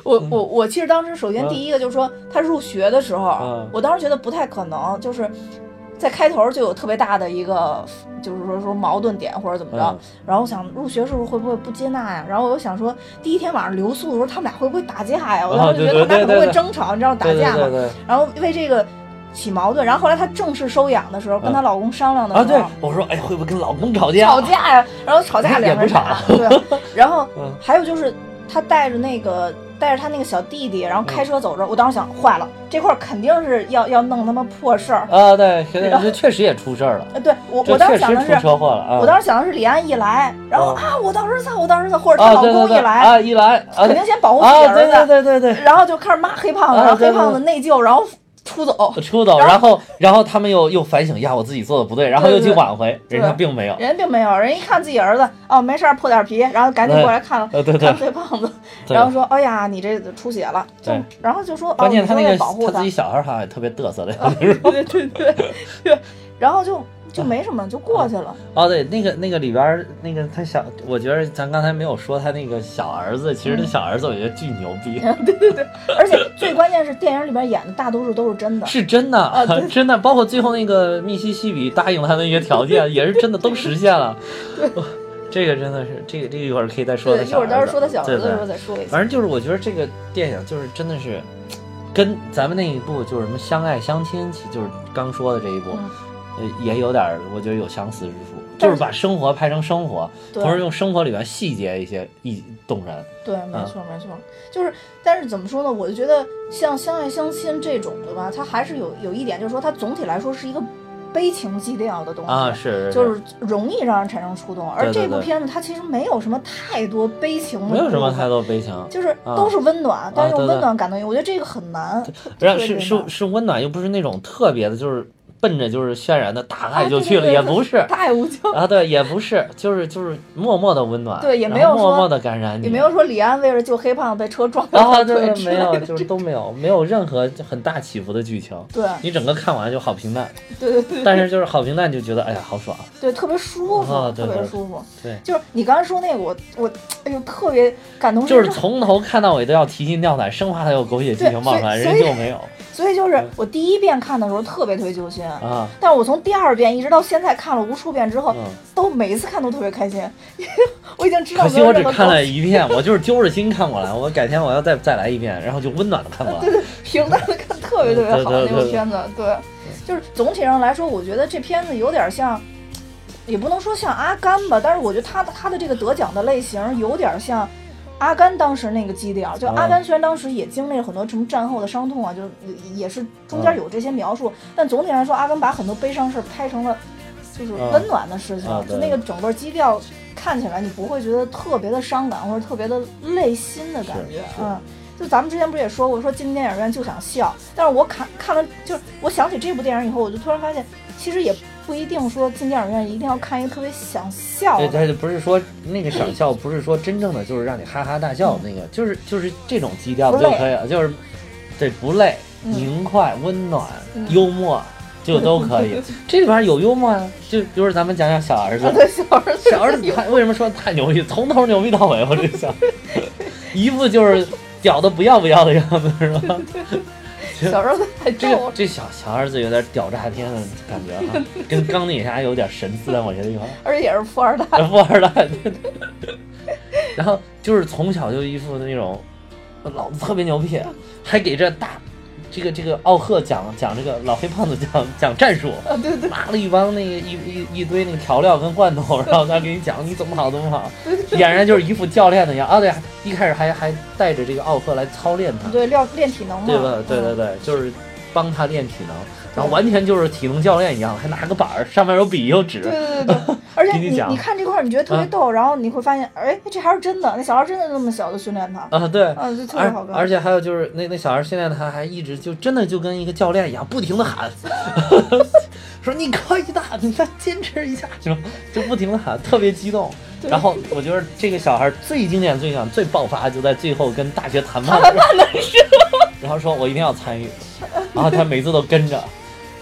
Speaker 1: 我我我其实当时首先
Speaker 2: 嗯
Speaker 1: 第一个就是说他入学的时候，
Speaker 2: 嗯
Speaker 1: 我当时觉得不太可能，就是在开头就有特别大的一个，就是说说矛盾点或者怎么着。
Speaker 2: 嗯
Speaker 1: 然后我想入学时候会不会不接纳呀？然后我又想说第一天晚上留宿的时候他们俩会不会打架呀？我当时就觉得他
Speaker 2: 啊对
Speaker 1: 们俩可能
Speaker 2: 对对对对
Speaker 1: 会争吵，你知道打
Speaker 2: 嗯对对
Speaker 1: 架
Speaker 2: 对
Speaker 1: 嘛？
Speaker 2: 对
Speaker 1: 然后为这个起矛盾。然后后来她正式收养的时候，跟她老公商量的时
Speaker 2: 啊！
Speaker 1: 候，
Speaker 2: 对，我说，哎，会不会跟老公吵架？啊
Speaker 1: 吵架呀，然后吵架
Speaker 2: 哎
Speaker 1: 两个 人
Speaker 2: 也不
Speaker 1: 打， 对，然后
Speaker 2: 嗯
Speaker 1: 还有就是他带着那个带着他那个小弟弟，然后开车走
Speaker 2: 嗯
Speaker 1: 着，我当时想坏了，这块儿肯定是要要弄他妈破事儿，
Speaker 2: 啊，对，现在这确实也出事儿了，
Speaker 1: 呃，对我
Speaker 2: 这
Speaker 1: 我当
Speaker 2: 确
Speaker 1: 时想
Speaker 2: 实
Speaker 1: 的
Speaker 2: 出
Speaker 1: 是，
Speaker 2: 车祸了啊！
Speaker 1: 我当时想的是李安一来，然后
Speaker 2: 啊
Speaker 1: 啊我的儿子我的儿子，或者她
Speaker 2: 啊，
Speaker 1: 老
Speaker 2: 对对
Speaker 1: 公
Speaker 2: 对
Speaker 1: 一来，
Speaker 2: 啊，一来啊，
Speaker 1: 肯定先保护自己
Speaker 2: 啊，对
Speaker 1: 儿子，
Speaker 2: 对对对对。
Speaker 1: 然后就开始骂黑胖子，
Speaker 2: 啊
Speaker 1: 然后
Speaker 2: 对
Speaker 1: 黑
Speaker 2: 对
Speaker 1: 胖子
Speaker 2: 对
Speaker 1: 内疚，然后出走，
Speaker 2: 出走，然后然后他们又又反省呀，我自己做的不对，然后又去挽回，人家并没有，
Speaker 1: 人并没有，人一看自己儿子，哦没事儿破点皮，然后赶紧过来看了
Speaker 2: 呃，对对
Speaker 1: 看，黑胖子。
Speaker 2: 对
Speaker 1: 然后说：“哎呀，你这出血了。”就
Speaker 2: 对
Speaker 1: 然后就说：“哦，
Speaker 2: 关键
Speaker 1: 你
Speaker 2: 他
Speaker 1: 说
Speaker 2: 那个
Speaker 1: 得保护
Speaker 2: 他自己小孩儿好像也特别嘚瑟的样子。
Speaker 1: 对对对对。然后就就没什么，就过去了。
Speaker 2: 哦，对，那个那个里边儿那个他小，我觉得咱刚才没有说他那个小儿子，其实那小儿子我觉得巨牛 逼，
Speaker 1: 而且最关键是，电影里边演的大多数都是真的。
Speaker 2: 是真的，
Speaker 1: 啊对
Speaker 2: 真的，包括最后那个密西西比答应他的那些条件，也是真的都实现 了。这个真的是，这个这个一会儿可以再说他
Speaker 1: 对，一
Speaker 2: 小
Speaker 1: 会
Speaker 2: 儿
Speaker 1: 儿
Speaker 2: 子。啊
Speaker 1: 到时候说他小儿子
Speaker 2: 对
Speaker 1: 的时候
Speaker 2: 对，
Speaker 1: 再说一下。
Speaker 2: 反正就是我觉得这个电影就是真的是，跟咱们那一部就是什么相爱相亲，其就是刚说的这一部，
Speaker 1: 嗯
Speaker 2: 呃，也有点儿我觉得有相似之处，
Speaker 1: 但
Speaker 2: 就是是把生活拍成生活，
Speaker 1: 对
Speaker 2: 同时用生活里边细节一些一动人。
Speaker 1: 对，
Speaker 2: 啊
Speaker 1: 没错没错，就是但是怎么说呢？我就觉得像《相爱相亲》这种的吧，它还是有有一点，就是说它总体来说是一个悲情基调的东西
Speaker 2: 啊，是是
Speaker 1: 就是是容易让人产生触动，而
Speaker 2: 对对
Speaker 1: 这部
Speaker 2: 对
Speaker 1: 片子它其实没有什么太多悲情的部
Speaker 2: 没
Speaker 1: 分，
Speaker 2: 有什么太多悲情，
Speaker 1: 就是都是温暖，但是
Speaker 2: 啊对
Speaker 1: 用
Speaker 2: 对
Speaker 1: 温暖感动人，我觉得这个很难。特
Speaker 2: 让
Speaker 1: 别
Speaker 2: 是
Speaker 1: 温
Speaker 2: 是
Speaker 1: 暖
Speaker 2: 是温暖，又不是那种特别的，就是奔着就是渲染的大爱
Speaker 1: 啊
Speaker 2: 就
Speaker 1: 对
Speaker 2: 去了，
Speaker 1: 对对
Speaker 2: 也
Speaker 1: 对
Speaker 2: 不是
Speaker 1: 太无情，
Speaker 2: 啊，对，也不是，就是就是默默的温暖，
Speaker 1: 对也没
Speaker 2: 然后
Speaker 1: 有
Speaker 2: 默
Speaker 1: 说
Speaker 2: 默的感染你，
Speaker 1: 也没有说李安为了救黑胖子被车 撞
Speaker 2: 嗯啊，
Speaker 1: 到
Speaker 2: 对
Speaker 1: 腿
Speaker 2: 对，
Speaker 1: 之
Speaker 2: 没
Speaker 1: 类
Speaker 2: 有，
Speaker 1: 的
Speaker 2: 就是都没有，没有任何很大起伏的剧情，
Speaker 1: 对
Speaker 2: 你整个看完就好平 淡，
Speaker 1: 对对对
Speaker 2: 但是就是好平淡就觉得哎呀好爽，
Speaker 1: 对，特别舒
Speaker 2: 啊
Speaker 1: 服，
Speaker 2: 对
Speaker 1: 特别
Speaker 2: 对
Speaker 1: 舒服。
Speaker 2: 对，
Speaker 1: 就是你刚才说那个，我我哎呦特别感同
Speaker 2: 就
Speaker 1: 身
Speaker 2: 是
Speaker 1: 受。
Speaker 2: 从头看到尾都要提心吊胆，生怕他有狗血剧
Speaker 1: 对
Speaker 2: 情冒
Speaker 1: 所以
Speaker 2: 出来，人
Speaker 1: 所
Speaker 2: 家
Speaker 1: 以
Speaker 2: 就没有
Speaker 1: 所以
Speaker 2: 嗯
Speaker 1: 就是我第一遍看的时候特别特别揪心，
Speaker 2: 啊，
Speaker 1: 但我从第二遍一直到现在看了无数遍之后，
Speaker 2: 嗯。
Speaker 1: 都每一次看都特别开心。 我已经知道
Speaker 2: 可
Speaker 1: 没
Speaker 2: 惜
Speaker 1: 有
Speaker 2: 我只
Speaker 1: 任何
Speaker 2: 看
Speaker 1: 狗
Speaker 2: 了一遍，我就是揪着心看过来，我改天我要再再来一遍，然后就温暖的看过来。
Speaker 1: 平淡的看特别特别好
Speaker 2: 嗯对对
Speaker 1: 那
Speaker 2: 对
Speaker 1: 部片子，对，就是总体上来说，我觉得这片子有点像，也不能说像阿甘吧，但是我觉得他的他的这个得奖的类型有点像。阿甘当时那个基调，就
Speaker 2: 嗯
Speaker 1: 阿甘虽然当时也经历了很多什么战后的伤痛啊，就是也是中
Speaker 2: 嗯
Speaker 1: 间有这些描述，但总体来说，阿甘把很多悲伤事儿拍成了就是
Speaker 2: 嗯
Speaker 1: 温暖的事情，
Speaker 2: 啊
Speaker 1: 就
Speaker 2: 对
Speaker 1: 那个整个基调看起来你不会觉得特别的伤感或者特别的累心的感觉，
Speaker 2: 是
Speaker 1: 嗯。就咱们之前不是也说过，说进电影院就想笑，但是我看看了，就是我想起这部电影以后，我就突然发现，其实也不一定说进电影院一定要看一个特别想笑
Speaker 2: 对，
Speaker 1: 的，
Speaker 2: 但是不是说那个想笑，不是说真正的就是让你哈哈大笑的那个，就是就是这种基调
Speaker 1: 嗯不
Speaker 2: 就
Speaker 1: 累
Speaker 2: 可以了，就是对不累、
Speaker 1: 嗯
Speaker 2: 明快、温暖、
Speaker 1: 嗯
Speaker 2: 幽默，就都 可以。这里边有幽默啊，就比如咱们讲讲小儿子，
Speaker 1: 啊对小儿子，
Speaker 2: 小儿子你看为什么说太牛逼，从头牛逼到尾，我这想，一副就是屌的不要不要的样子，是 吧？
Speaker 1: 小儿子太
Speaker 2: 这
Speaker 1: 逗
Speaker 2: 个
Speaker 1: 了。
Speaker 2: 这小小儿子有点屌炸天的感觉 哈、跟钢铁侠有点神似在某些地方。
Speaker 1: 而且也是富 二代，
Speaker 2: 富二代，对对然后就是从小就一副那种，老子特别牛逼，还给这大这个这个奥赫讲讲这个老黑胖子讲讲战术，
Speaker 1: 啊，对对
Speaker 2: 拿了一帮那个一一一堆那个调料跟罐头，然后他给你讲你怎么好怎么好，俨然就是一副教练的样啊。对，一开始还还带着这个奥赫来操练他，
Speaker 1: 对，嗯练练体能嘛，
Speaker 2: 对吧？对对对，就是帮他练体能，然后完全就是体能教练一样，还拿个板儿，上面有笔有纸
Speaker 1: 对，对对 对，而且
Speaker 2: 给你
Speaker 1: 你
Speaker 2: 讲
Speaker 1: 你看这块儿，你觉得特别
Speaker 2: 嗯
Speaker 1: 逗，然后你会发现，哎，这还是真的，那小孩真的那么小就训练 他，
Speaker 2: 啊，对。
Speaker 1: 啊，就特别
Speaker 2: 而
Speaker 1: 好看。
Speaker 2: 而且还有就是那那小孩现在他还一直就真的就跟一个教练一样，不停的喊， 说你可以的，你再坚持一下，就就不停的喊，特别激动。然后我觉得这个小孩最经典、最想、最爆发就在最后跟大学谈判的时候，然后说我一定要参与，然后他每次都跟着，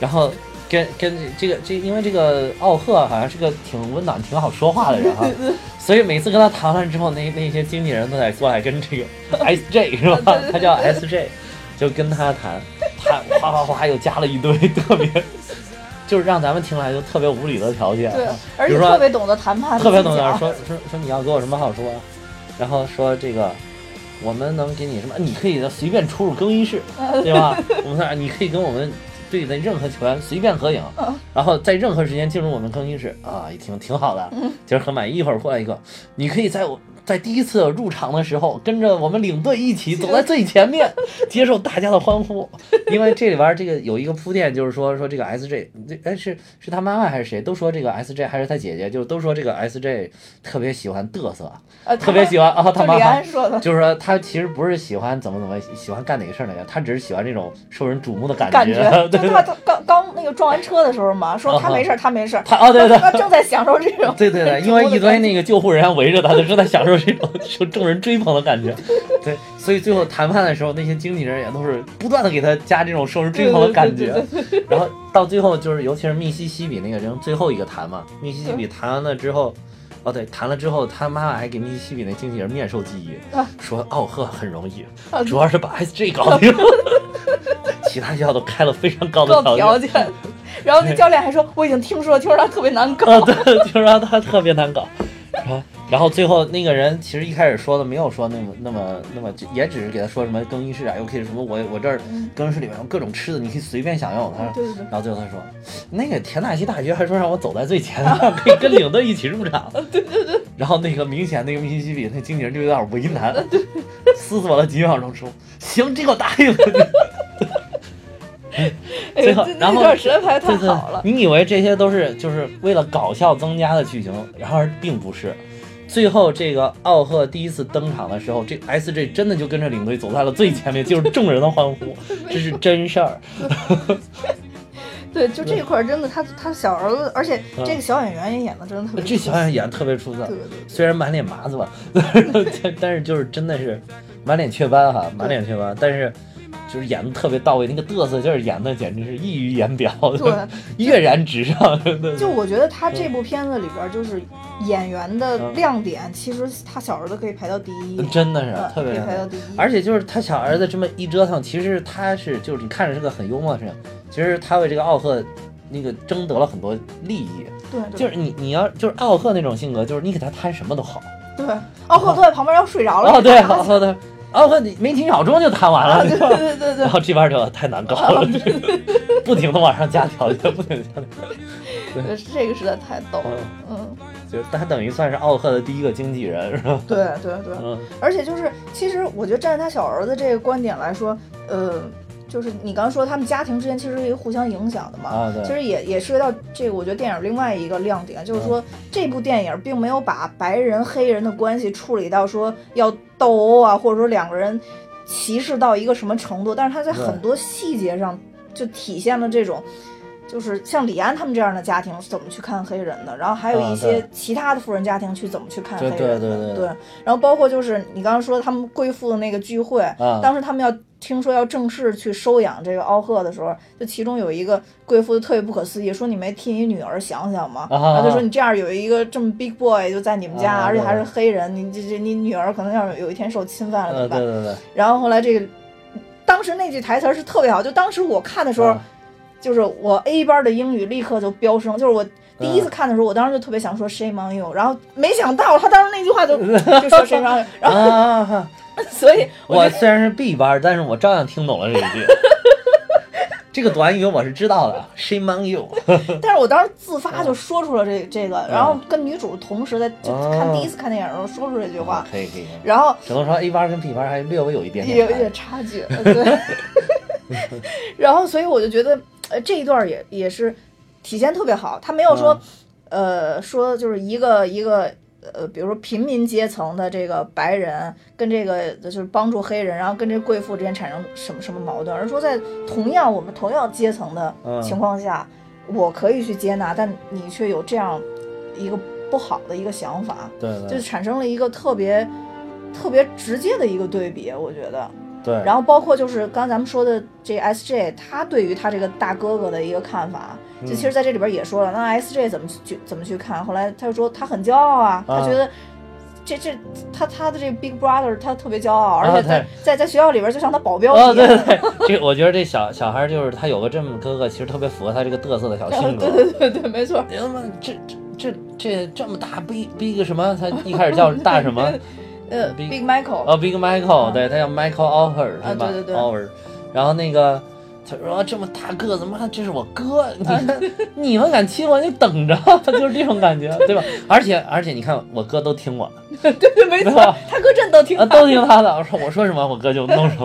Speaker 2: 然后。跟跟这个这，因为这个奥赫啊好像是个挺温暖、挺好说话的人哈，所以每次跟他谈完之后，那那些经纪人都得过来跟这个 SJ 是吧？他叫 SJ，就跟他谈，他哗哗哗又加了一堆特别， 就是让咱们听来就特别无理的条件。啊
Speaker 1: 对，而
Speaker 2: 比
Speaker 1: 且
Speaker 2: 如说
Speaker 1: 特别懂得谈判，
Speaker 2: 特别懂
Speaker 1: 技
Speaker 2: 点
Speaker 1: 巧
Speaker 2: 儿，说说说你要给我什么好处啊？然后说这个，我们能给你什么？你可以随便出入更衣室，对吧？我们说你可以跟我们队的任何球员随便合影，然后在任何时间进入我们更衣室啊，也挺挺好的，今儿很满意。一会儿过来一个，你可以在我。在第一次入场的时候，跟着我们领队一起走在最前 面，接受大家的欢呼。因为这里边儿这个有一个铺垫，就是说说这个 S J，这哎是是他妈妈还是谁都说这个 S J 还是他姐姐，就是都说这个 S J 特别喜欢嘚瑟，
Speaker 1: 呃，
Speaker 2: 特别喜欢啊他
Speaker 1: 就
Speaker 2: 妈
Speaker 1: 李
Speaker 2: 妈
Speaker 1: 安。说的，
Speaker 2: 就是说，他其实不是喜欢怎么怎么喜欢干哪个事儿那个，他只是喜欢这种受人瞩目的感
Speaker 1: 感
Speaker 2: 觉。
Speaker 1: 觉就
Speaker 2: 对
Speaker 1: 他他刚刚那个撞完车的时候嘛，说他
Speaker 2: 啊
Speaker 1: 没事儿，他没事儿，
Speaker 2: 他哦，对对，
Speaker 1: 他正在享受这种
Speaker 2: 对对对，因为一堆那个救护人员围着他，他正在享受这种受众人追捧的感 觉。对，所以最后谈判的时候，那些经纪人也都是不断的给他加这种受人追捧的感觉。 然后到最后就是，尤其是密西西比那个人最后一个谈嘛，密西西比谈完了之后。哦，对，谈了之后，他妈妈还给密西西比那经纪人面授技艺，说奥赫很容易，主要是把 SG 搞 定，其他学校都开了非常高的
Speaker 1: 各种
Speaker 2: 条件
Speaker 1: 条，件。 然后那教练还说，我已经听说了，听说他特别难搞，
Speaker 2: 啊，对，就让他特别难搞。然后，然后最后那个人其实一开始说的没有说那么那么那么，也只是给他说什么更衣室啊，又可以什么我我这儿更衣室里面有各种吃的，你可以随便享用。他说
Speaker 1: 对对对，
Speaker 2: 然后最后他说，那个田纳西大学还说让我走在最前面，可以跟领队一起入场。啊对对对。然后那个明显那个密西西比那经纪人就有点为难，思索了几秒钟说，行，这个我答应了。
Speaker 1: 哎
Speaker 2: 最
Speaker 1: 呦，
Speaker 2: 后
Speaker 1: 这，那
Speaker 2: 然后
Speaker 1: 段实在拍得
Speaker 2: 对
Speaker 1: 太
Speaker 2: 对
Speaker 1: 好，了，
Speaker 2: 你以为这些都是就是为了搞笑增加的剧情，然而并不是。最后这个奥赫第一次登场的时候，这 S J 真的就跟着领队走在了最前面，就是众人的欢 呼，这是真事儿。
Speaker 1: 对，就这块儿真的，他他小儿子，而且
Speaker 2: 嗯哎
Speaker 1: 这个小演员也演的真的特别
Speaker 2: 这
Speaker 1: 出色，
Speaker 2: 小演员演得特别出色
Speaker 1: 对对对，
Speaker 2: 虽然满脸麻子吧， 但但是就是真的是满脸雀斑哈，满脸雀斑，但是就是演的特别到位，那个嘚瑟劲儿演的简直是溢于言表，
Speaker 1: 对，
Speaker 2: 跃然纸上。真的
Speaker 1: 就我觉得他这部片子里边儿就是演员的
Speaker 2: 嗯
Speaker 1: 亮点，其实他小儿子可以排到第一，
Speaker 2: 真的
Speaker 1: 嗯
Speaker 2: 是特别
Speaker 1: 可以
Speaker 2: 亮
Speaker 1: 排
Speaker 2: 眼
Speaker 1: 到第一，
Speaker 2: 而且就是他小儿子这么一折腾，其实他是就是你看着是个很幽默的人，其实他为这个奥赫那个争得了很多利益。
Speaker 1: 对，对
Speaker 2: 就是你你要就是奥赫那种性格，就是你给他摊什么都好。
Speaker 1: 对，奥赫坐在旁边要睡着了。啊
Speaker 2: 哦，对，奥赫的奥赫你没几秒钟就摊完了，对吧
Speaker 1: 对对对对
Speaker 2: 然后这边就太难搞
Speaker 1: 啊
Speaker 2: 了，这个不停的往上加条件，不停的加条件。
Speaker 1: 对，这个实在太逗了。嗯，
Speaker 2: 就是他等于算是奥赫的第一个经纪人，是吧？
Speaker 1: 对对对，
Speaker 2: 嗯，
Speaker 1: 而且就是，其实我觉得站在他小儿子这个观点来说，呃，就是你刚说他们家庭之间其实是一个互相影响的嘛，
Speaker 2: 啊对
Speaker 1: 其实也也涉及到这个，我觉得电影另外一个亮点就是
Speaker 2: 嗯
Speaker 1: 说，这部电影并没有把白人黑人的关系处理到说要斗殴啊，或者说两个人歧视到一个什么程度，但是他在
Speaker 2: 对
Speaker 1: 很多细节上就体现了这种。就是像李安他们这样的家庭是怎么去看黑人的，然后还有一
Speaker 2: 啊
Speaker 1: 些
Speaker 2: 对
Speaker 1: 其他的富人家庭去怎么去看黑
Speaker 2: 对
Speaker 1: 人
Speaker 2: 对
Speaker 1: 的，
Speaker 2: 对对
Speaker 1: 对，然后包括就是你刚刚说他们贵妇的那个聚会，
Speaker 2: 啊
Speaker 1: 当时他们要听说要正式去收养这个奥赫的时候，就其中有一个贵妇就特别不可思议，说你没替你女儿想想吗？
Speaker 2: 啊
Speaker 1: 然后就说你这样有一个这么 big boy 就在你们家，
Speaker 2: 啊
Speaker 1: 而且还是
Speaker 2: 对
Speaker 1: 黑人，你这这你女儿可能要是有一天受侵犯了怎么
Speaker 2: 嗯，
Speaker 1: 办？
Speaker 2: 对对对，
Speaker 1: 然后后来这个，当时那句台词儿是特别好，就当时我看的时候，
Speaker 2: 啊
Speaker 1: 就是我 A 班的英语立刻就飙升，就是我第
Speaker 2: 嗯
Speaker 1: 一次看的时候，我当时就特别想说 shame on you，然后没想到他当时那句话就就说 shame on you，然后
Speaker 2: 啊啊啊啊！
Speaker 1: 所以
Speaker 2: 我虽然是 B 班，但是我照样听懂了这一 句。这个短语我是知道的，Shame on you！
Speaker 1: 但是我当时自发就说出了这这个，然后跟女主同时在就看
Speaker 2: 啊
Speaker 1: 第一次看电影的时候说出这句话，
Speaker 2: 可以可以，可以
Speaker 1: 然后
Speaker 2: 只能说 A 班跟 B 班还略微有一点
Speaker 1: 也
Speaker 2: 点
Speaker 1: 有一点差距，呃对。然后，所以我就觉得，呃，这一段儿也也是体现特别好，他没有说，呃，说就是一个一个。呃，比如说平民阶层的这个白人跟这个就是帮助黑人，然后跟这贵妇之间产生什么什么矛盾，而是说在同样我们同样阶层的
Speaker 2: 嗯
Speaker 1: 情况下，我可以去接纳，但你却有这样一个不好的一个想法。
Speaker 2: 对对
Speaker 1: 就
Speaker 2: 对
Speaker 1: 产生了一个特别特别直接的一个对比，我觉得。
Speaker 2: 对，
Speaker 1: 然后包括就是刚咱们说的这 S J，他对于他这个大哥哥的一个看法，
Speaker 2: 嗯
Speaker 1: 就其实在这里边也说了，那 S J 怎么去怎么去看？后来他就说他很骄傲啊，
Speaker 2: 啊
Speaker 1: 他觉得。这这他他的这个 Big Brother 他特别骄傲，而
Speaker 2: 啊
Speaker 1: 且在、
Speaker 2: 对
Speaker 1: 在在学校里边就像他保镖
Speaker 2: 哦，
Speaker 1: 一样
Speaker 2: 对，对对，这个我觉得这小小孩儿就是他有个这么哥哥，其实特别符合他这个嘚瑟的小性格。
Speaker 1: 对对对，没错，
Speaker 2: 哎呀妈，这这这这这么大逼逼个什么？他一开始叫大什么？
Speaker 1: 呃
Speaker 2: Big-
Speaker 1: ，Big Michael，、
Speaker 2: 哦，Big Michael，对他叫 Michael Offer
Speaker 1: 嗯啊
Speaker 2: 是吧
Speaker 1: 对对对
Speaker 2: ？Offer，然后那个。他说、啊这么大个子，妈，这是我哥，
Speaker 1: 啊
Speaker 2: 你看， 你们敢欺负我，你等着，就是这种感觉，对吧？而且而且，你看我哥都听我的，
Speaker 1: 对对 没错
Speaker 2: 对吧，
Speaker 1: 他哥真都挺
Speaker 2: 啊，都听他的。我说我说什么，我哥就 弄什么。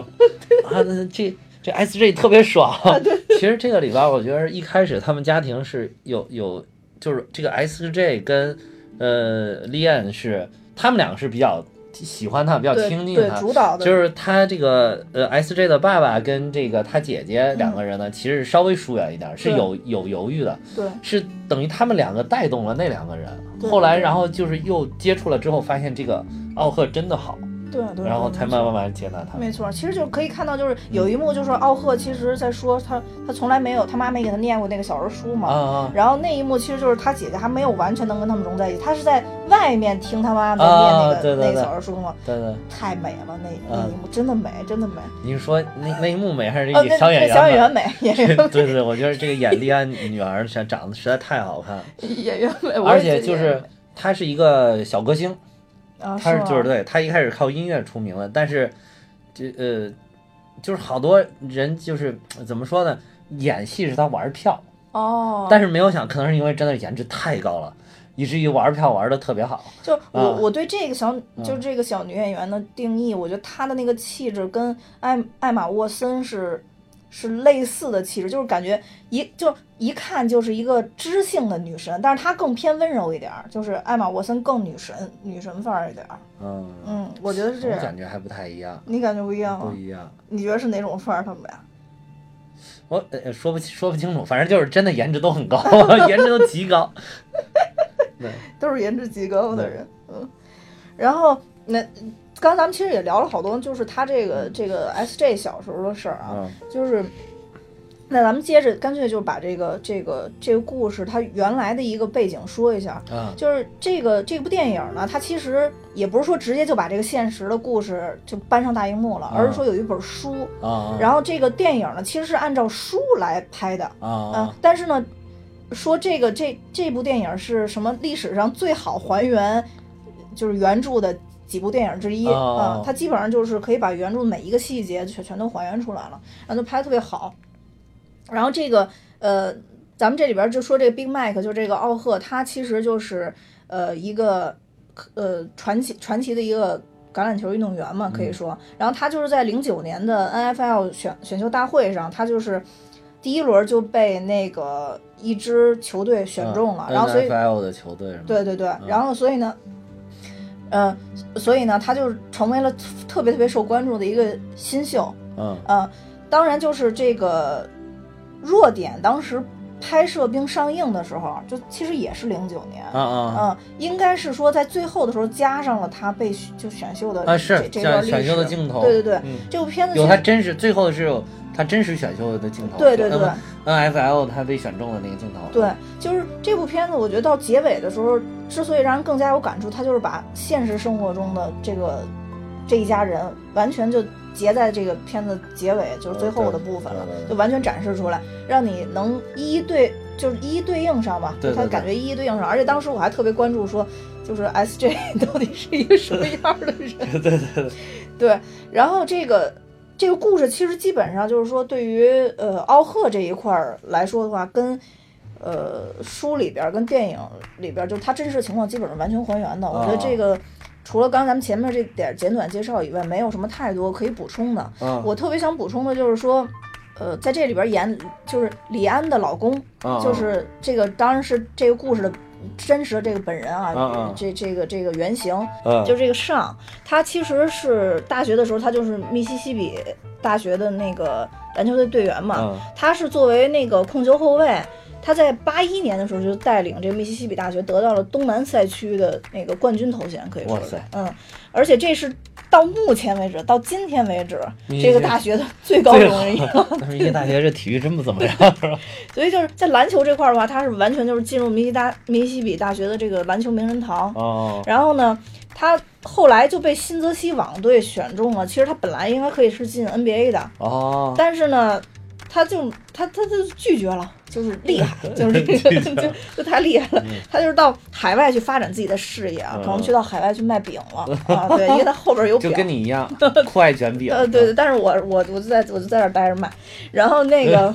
Speaker 2: 啊，那这这 S J 特别爽。
Speaker 1: 啊
Speaker 2: 其实这个里边儿，我觉得一开始他们家庭是有有，就是这个 S J 跟呃 l i a n 是他们两个是比较喜欢他，比较
Speaker 1: 对
Speaker 2: 亲近
Speaker 1: 对
Speaker 2: 他。
Speaker 1: 主导的，
Speaker 2: 就是他这个呃，S J 的爸爸跟这个他姐姐两个人呢，其实稍微疏远一点儿，是
Speaker 1: 嗯对
Speaker 2: 有有犹豫的，
Speaker 1: 对
Speaker 2: 是等于他们两个带动了那两个人。
Speaker 1: 对
Speaker 2: 后来，
Speaker 1: 对
Speaker 2: 然后就是又接触了之后，发现这个奥赫真的好，
Speaker 1: 对对，
Speaker 2: 然后
Speaker 1: 对
Speaker 2: 才
Speaker 1: 没
Speaker 2: 慢
Speaker 1: 错
Speaker 2: 慢慢接纳他。
Speaker 1: 没错，其实就可以看到，就是有一幕就是奥赫其实在说他他从来没有他妈没给他念过那个小人书嘛。
Speaker 2: 啊啊
Speaker 1: 然后那一幕其实就是他姐姐还没有完全能跟他们融在一起，他是在外面听他妈在念那个、
Speaker 2: 啊对对
Speaker 1: 那个
Speaker 2: 对
Speaker 1: 小人书嘛，
Speaker 2: 对对，
Speaker 1: 太美了那
Speaker 2: 啊
Speaker 1: 那一幕，真的美，真的美。
Speaker 2: 你是说那那一幕美还是
Speaker 1: 哦，那
Speaker 2: 演小演
Speaker 1: 那小演
Speaker 2: 员
Speaker 1: 员美，演
Speaker 2: 美？
Speaker 1: 员
Speaker 2: 对对，我觉得这个演莉安女儿长长得实在太好看，
Speaker 1: 演员美，我
Speaker 2: 而
Speaker 1: 也觉
Speaker 2: 且
Speaker 1: 得
Speaker 2: 就是她是一个小歌星，
Speaker 1: 啊，
Speaker 2: 她是
Speaker 1: 吗
Speaker 2: 就是对她一开始靠音乐出名的，但是这呃就是好多人就是怎么说呢，演戏是她玩票，
Speaker 1: 哦，
Speaker 2: 但是没有想可能是因为真的颜值太高了，以至于玩票玩的特别好。
Speaker 1: 就我、
Speaker 2: 啊
Speaker 1: 我对这个小就这个小女演员的定义，我觉得她的那个气质跟艾艾玛沃森是是类似的气质，就是感觉一就一看就是一个知性的女神，但是她更偏温柔一点儿，就是艾玛沃森更女神女神范儿一点儿。
Speaker 2: 嗯，
Speaker 1: 嗯，我觉得是这哦
Speaker 2: 我
Speaker 1: 样。
Speaker 2: 感觉还不太一样，
Speaker 1: 你感觉不一样
Speaker 2: 不
Speaker 1: 吗？
Speaker 2: 一样。
Speaker 1: 你觉得是哪种范儿？他们俩？
Speaker 2: 我呃说不清说不清楚，反正就是真的颜值都很高， 颜值都极高。对，
Speaker 1: 都是颜值极高的
Speaker 2: 对
Speaker 1: 人，嗯。然后那刚才咱们其实也聊了好多，就是他这个这个 S J 小时候的事儿啊，
Speaker 2: 嗯
Speaker 1: 就是。那咱们接着，干脆就把这个这个这个故事它原来的一个背景说一下，
Speaker 2: 啊，
Speaker 1: 就是这个这部电影呢，它其实也不是说直接就把这个现实的故事就搬上大荧幕了，而是说有一本书，
Speaker 2: 啊
Speaker 1: 然后这个电影呢其实是按照书来拍的，
Speaker 2: 啊
Speaker 1: 嗯
Speaker 2: 啊，
Speaker 1: 但是呢，说这个这这部电影是什么历史上最好还原就是原著的几部电影之一啊、
Speaker 2: 哦
Speaker 1: 它基本上就是可以把原著每一个细节全全都还原出来了，然后就拍的特别好。然后这个呃，咱们这里边就说这个 Big Mac，就这个奥赫，他其实就是呃一个呃传奇传奇的一个橄榄球运动员嘛，可以说。然后他就是在零九年的 NFL 选选秀大会上，他就是第一轮就被那个一支球队选中
Speaker 2: 啊
Speaker 1: 了，然后所以
Speaker 2: NFL 的球队是吗？
Speaker 1: 对对对，然后所以呢，呃，所以呢，他就成为了特别特别受关注的一个新秀。
Speaker 2: 嗯
Speaker 1: 呃，当然就是这个弱点，当时拍摄并上映的时候，就其实也是零九年，
Speaker 2: 啊啊
Speaker 1: 嗯，应该是说在最后的时候加上了他被选就选秀的
Speaker 2: 啊！是
Speaker 1: 这这段
Speaker 2: 选
Speaker 1: 历
Speaker 2: 选秀的
Speaker 1: 史。
Speaker 2: 镜头，
Speaker 1: 对对对，
Speaker 2: 嗯
Speaker 1: 这部片子其
Speaker 2: 有他
Speaker 1: 实
Speaker 2: 真实最后是有他真实选秀的镜头，
Speaker 1: 对对
Speaker 2: 就
Speaker 1: 对
Speaker 2: N- NFL 他被选中的那个镜头，
Speaker 1: 对，就是这部片子，我觉得到结尾的时候，之所以让人更加有感触，他就是把现实生活中的这个这一家人完全就结在这个片子结尾，就是最后的部分了
Speaker 2: 嗯对对，对
Speaker 1: 就完全展示出来，让你能一一对，就是一一对应上吧，
Speaker 2: 对
Speaker 1: 就
Speaker 2: 对
Speaker 1: 他
Speaker 2: 对
Speaker 1: 感觉一一对应上，而且当时我还特别关注说，就是 S J 到底是一个什么样的人，
Speaker 2: 对对对对，
Speaker 1: 对，然后这个这个故事其实基本上就是说，对于呃奥赫这一块儿来说的话，跟呃书里边儿跟电影里边儿，就是它真实情况基本上完全还原的。我觉得这个、除了刚才咱们前面这点儿简短介绍以外，没有什么太多可以补充的。
Speaker 2: 嗯
Speaker 1: 我特别想补充的就是说，呃，在这里边儿演就是李安的老公，
Speaker 2: 嗯
Speaker 1: 就是这个当然是这个故事的真实的这个本人啊，
Speaker 2: 嗯嗯
Speaker 1: 这这个这个原型。
Speaker 2: 嗯
Speaker 1: 就这个上，他其实是大学的时候，他就是密西西比大学的那个篮球队队员嘛。
Speaker 2: 嗯
Speaker 1: 他是作为那个控球后卫，他在八一年的时候就带领这密西西比大学得到了东南赛区的那个冠军头衔，可以说
Speaker 2: 哇
Speaker 1: 是
Speaker 2: 塞，
Speaker 1: 嗯，而且这是到目前为止，到今天为止，
Speaker 2: 密西
Speaker 1: 这个
Speaker 2: 西
Speaker 1: 大学的最高荣 誉。
Speaker 2: 咱们一些大学这体育真不怎 么样，
Speaker 1: 所以就是在篮球这块儿的话，他是完全就是进入密西大密西西比大学的这个篮球名人堂。
Speaker 2: 哦，
Speaker 1: 然后呢，他后来就被新泽西网队选中了。其实他本来应该可以是进 NBA 的，
Speaker 2: 哦，
Speaker 1: 但是呢，他就他他就拒绝了，就是厉 害，就是这
Speaker 2: 拒
Speaker 1: 个
Speaker 2: 绝
Speaker 1: 就
Speaker 2: 了
Speaker 1: 就就太厉害了。他就是到海外去发展自己的事业啊，
Speaker 2: 嗯
Speaker 1: 可能去到海外去卖饼 了啊。对，因为他后边有
Speaker 2: 就
Speaker 1: 饼。
Speaker 2: 跟你一嗯样， 酷爱卷饼，
Speaker 1: 呃，对对，但是我我我就在我就在这儿待着卖，然后那 个